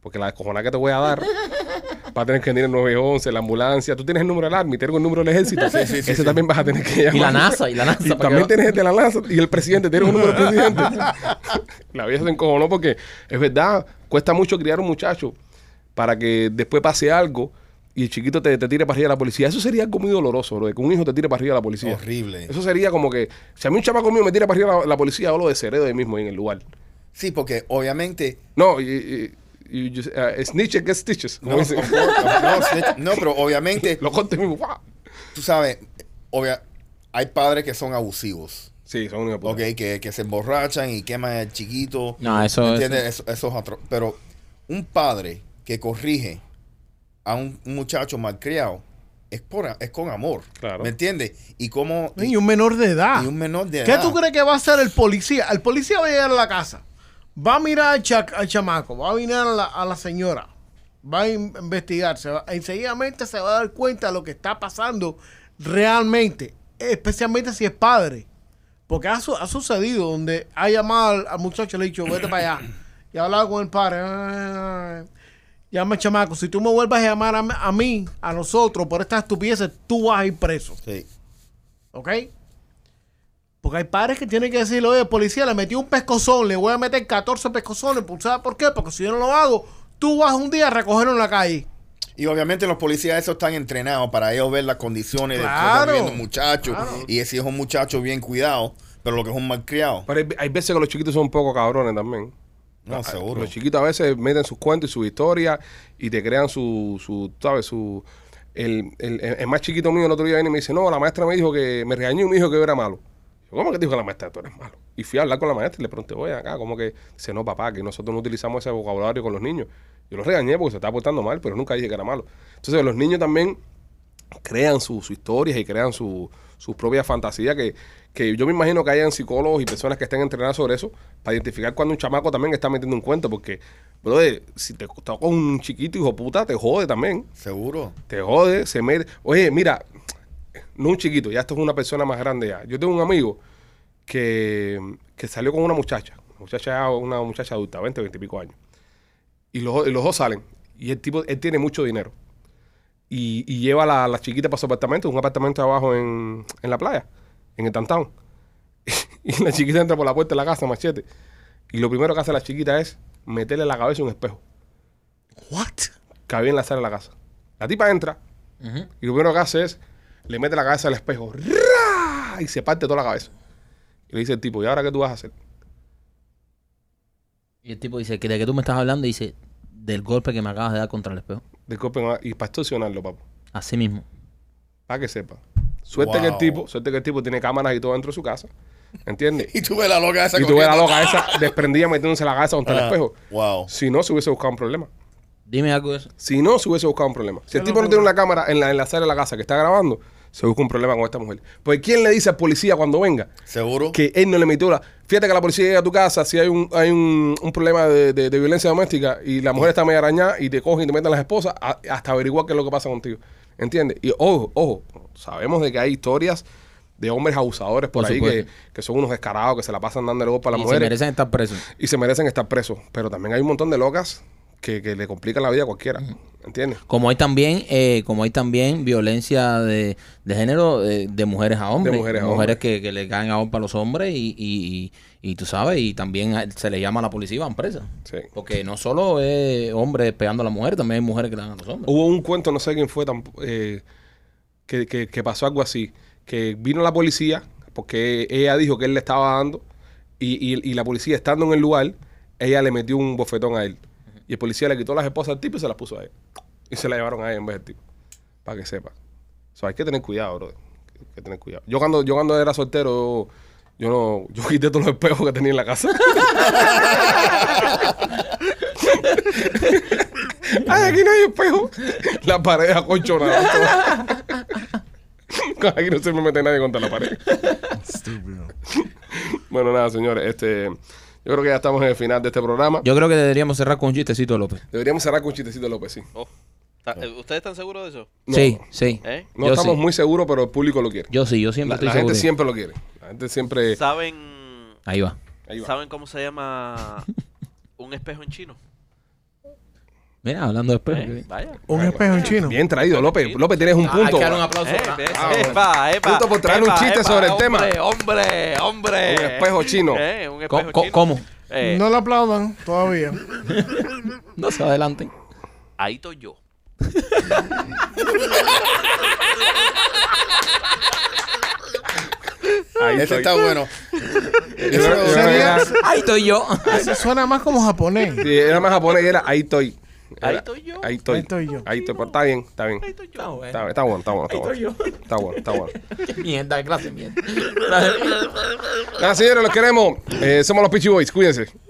Porque la descojonada que te voy a dar va a tener que venir el 911, la ambulancia. Tú tienes el número del army, tengo el número del ejército. Ese también vas a tener que llamar.
Y la NASA, y la NASA.
Y
¿para qué
también
va?
tienes el de la lanza y el presidente, tienes un número del presidente. la vieja se encojonó porque es verdad, cuesta mucho criar un muchacho para que después pase algo y el chiquito te, te tire para arriba de la policía. Eso sería algo muy doloroso, bro, de que un hijo te tire para arriba de la policía.
Horrible.
Eso sería como que, si a mí un chamaco mío me tira para arriba la, la policía, yo lo desheredo de mismo ahí en el lugar.
Sí, porque obviamente.
No, y, y- y- you just- uh, snitches get stitches. Como
No,
dicen.
of course, of course, no, pero obviamente,
lo conté mismo. ¡guau!
tú sabes, obvia- hay padres que son abusivos.
Sí, son una puta.
Ok, que, que se emborrachan y queman al chiquito.
No, eso es-
¿Entiendes? Eso, eso es otro. Pero un padre que corrige a un un muchacho malcriado es, por, a- es con amor.
Claro.
¿Me entiendes? Y como.
Y un menor de edad.
y un menor de
¿Qué
edad.
tú crees que va a hacer el policía? El policía va a llegar a la casa, va a mirar al, cha- al chamaco, va a mirar a la, a la señora, va a in- investigar, se va- enseguidamente se va a dar cuenta de lo que está pasando realmente, especialmente si es padre. Porque ha, su- ha sucedido donde ha llamado al, al muchacho y le ha dicho, vete para allá. Y ha hablado con el padre. "Ay, Llama al chamaco. Si tú me vuelvas a llamar a, m- a mí, a nosotros, por estas estupideces, tú vas a ir preso.
Sí.
¿Ok? Porque hay padres que tienen que decirle, oye, policía, le metí un pescozón, le voy a meter 14 pescozones. ¿Pues ¿Sabes por qué? Porque si yo no lo hago, tú vas un día a recogerlo en la calle.
Y obviamente los policías esos están entrenados para ellos ver las condiciones
Claro.
de cómo viviendo un muchacho. Y si es un muchacho bien cuidado, pero lo que es un malcriado.
Pero hay, hay veces que los chiquitos son un poco cabrones también.
No,
Ah,
seguro.
Los chiquitos a veces meten sus cuentos y sus historias y te crean su, su ¿sabes? Su, el, el, el más chiquito mío el otro día viene y me dice, no, la maestra me dijo que me regañó y me dijo que yo era malo. Yo, ¿Cómo que te dijo la maestra que tú eres malo? Y fui a hablar con la maestra y le pregunté, oye, acá, ¿cómo que? Dice, no, papá, que nosotros no utilizamos ese vocabulario con los niños. Yo los regañé porque se estaba portando mal, pero nunca dije que era malo. Entonces, los niños también crean sus historias y crean su- sus propias fantasías que, que yo me imagino que hayan psicólogos y personas que estén entrenadas sobre eso para identificar cuando un chamaco también está metiendo un cuento porque, brother, si te toca un chiquito hijo puta, te jode también,
Seguro.
te jode, se mete. Oye, mira, no un chiquito, ya esto es una persona más grande ya. Yo tengo un amigo que, que salió con una muchacha, una muchacha, una muchacha adulta, 20, 20 y pico años. Y los, y los dos salen. Y el tipo, él tiene mucho dinero. Y, y lleva a la, la chiquita para su apartamento, un apartamento abajo en, en la playa, en el downtown. y la chiquita entra por la puerta de la casa, machete. Y lo primero que hace la chiquita es meterle en la cabeza un espejo
What?
que había en la sala de la casa. La tipa entra y lo primero que hace es le mete la cabeza al espejo ¡ra! y se parte toda la cabeza. Y le dice el tipo, ¿y ahora qué tú vas a hacer?
Y el tipo dice, que ¿de qué tú me estás hablando? Y dice, del golpe que me acabas de dar contra el espejo.
Disculpen, ah, y para extorsionarlo, papá.
Así mismo.
Para que sepa. Suerte que el
Wow.
tipo, suerte que el tipo tiene cámaras y todo dentro de su casa. ¿Entiendes?
Y tú ves la loca esa
y tú ves la loca
corriendo.
esa desprendida metiéndose la cabeza contra el
Ah,
espejo.
Wow.
Si no, se hubiese buscado un problema.
Dime algo de eso.
Si no, se hubiese buscado un problema. Si el tipo no tiene una cámara en la, en la sala de la casa que está grabando, se busca un problema con esta mujer. Pues ¿quién le dice al policía cuando venga
Seguro.
que él no le metió la... Fíjate que la policía llega a tu casa si hay un, hay un, un problema de, de- de violencia doméstica y la mujer está medio arañada y te cogen y te meten las esposas a- hasta averiguar qué es lo que pasa contigo. ¿Entiendes? Y ojo, ojo, sabemos de que hay historias de hombres abusadores por,
Por
ahí que,
supuesto.
que son unos descarados que se la pasan dando golpe a las
Y se
mujeres
merecen estar presos.
y se merecen estar presos. Pero también hay un montón de locas que, que le complican la vida a cualquiera.
Mm.
¿Entiendes?
Como hay también, eh, como hay también violencia de, de género eh, de mujeres a hombres.
De mujeres a
que, que le caen a hombre a los hombres y, y, y, y tú sabes, y también a- se les llama a la policía y van presas.
Sí.
Porque no solo es hombres pegando a la mujer, también hay mujeres que le dan a los hombres.
Hubo un cuento, no sé quién fue, tampo- eh, que, que- que pasó algo así. Que vino la policía, porque ella dijo que él le estaba dando, y, y- y la policía estando en el lugar, ella le metió un bofetón a él. Y el policía le quitó las esposas al tipo y se las puso a él. Y se la llevaron a él en vez del tipo. Para que sepa. O sea, hay que tener cuidado, bro. Hay que tener cuidado. Yo cuando, yo cuando era soltero, yo, no, yo quité todos los espejos que tenía en la casa. Ay, aquí no hay espejo. La pared acolchonada. todo. aquí no se me mete nadie contra la pared.
Estúpido.
Bueno, nada, señores. Este, yo creo que ya estamos en el final de este programa.
Yo creo que deberíamos cerrar con un chistecito, López.
Deberíamos cerrar con un chistecito López, sí.
Oh, ¿está- eh, ¿Ustedes están seguros de eso?
No.
Sí, sí.
¿Eh?
No
Yo
estamos
sí.
muy seguros, pero el público lo quiere.
Yo sí, yo siempre
La,
estoy
la
seguro.
gente siempre lo quiere. La gente siempre.
¿Saben,
Ahí va.
Ahí va.
¿Saben cómo se llama un espejo en chino?
Mira, hablando de espejo.
¿Eh?
qué bien.
Vaya.
Un espejo en chino.
Bien traído, López. López, tienes un punto.
Hay que dar un aplauso.
Eh,
¿verdad?
ves,
Ah, bueno.
epa, epa,
Punto por traer un
epa,
chiste
epa,
sobre el
hombre,
tema.
Hombre, hombre.
Un espejo chino.
Eh, un
Co-
espejo
co-
chino.
¿Cómo?
Eh,
No le aplaudan todavía.
No se adelanten.
Ahí estoy yo.
Ahí
Ese
estoy.
está bueno.
Yo creo- yo creo que
Sería-
era,
Ahí estoy yo.
Eso suena más como japonés.
sí, era más japonés y era ahí estoy. Era,
Ahí estoy yo.
Ahí estoy.
Ahí estoy yo.
Ahí estoy. pero Está bien, está bien.
Ahí estoy yo.
eh,
Está, está bueno, está bueno. Está bueno. Está bueno, está bueno.
Qué mierda, de clase, mierda.
Nada, señores, los queremos. Eh, somos los Peachy Boys. Cuídense.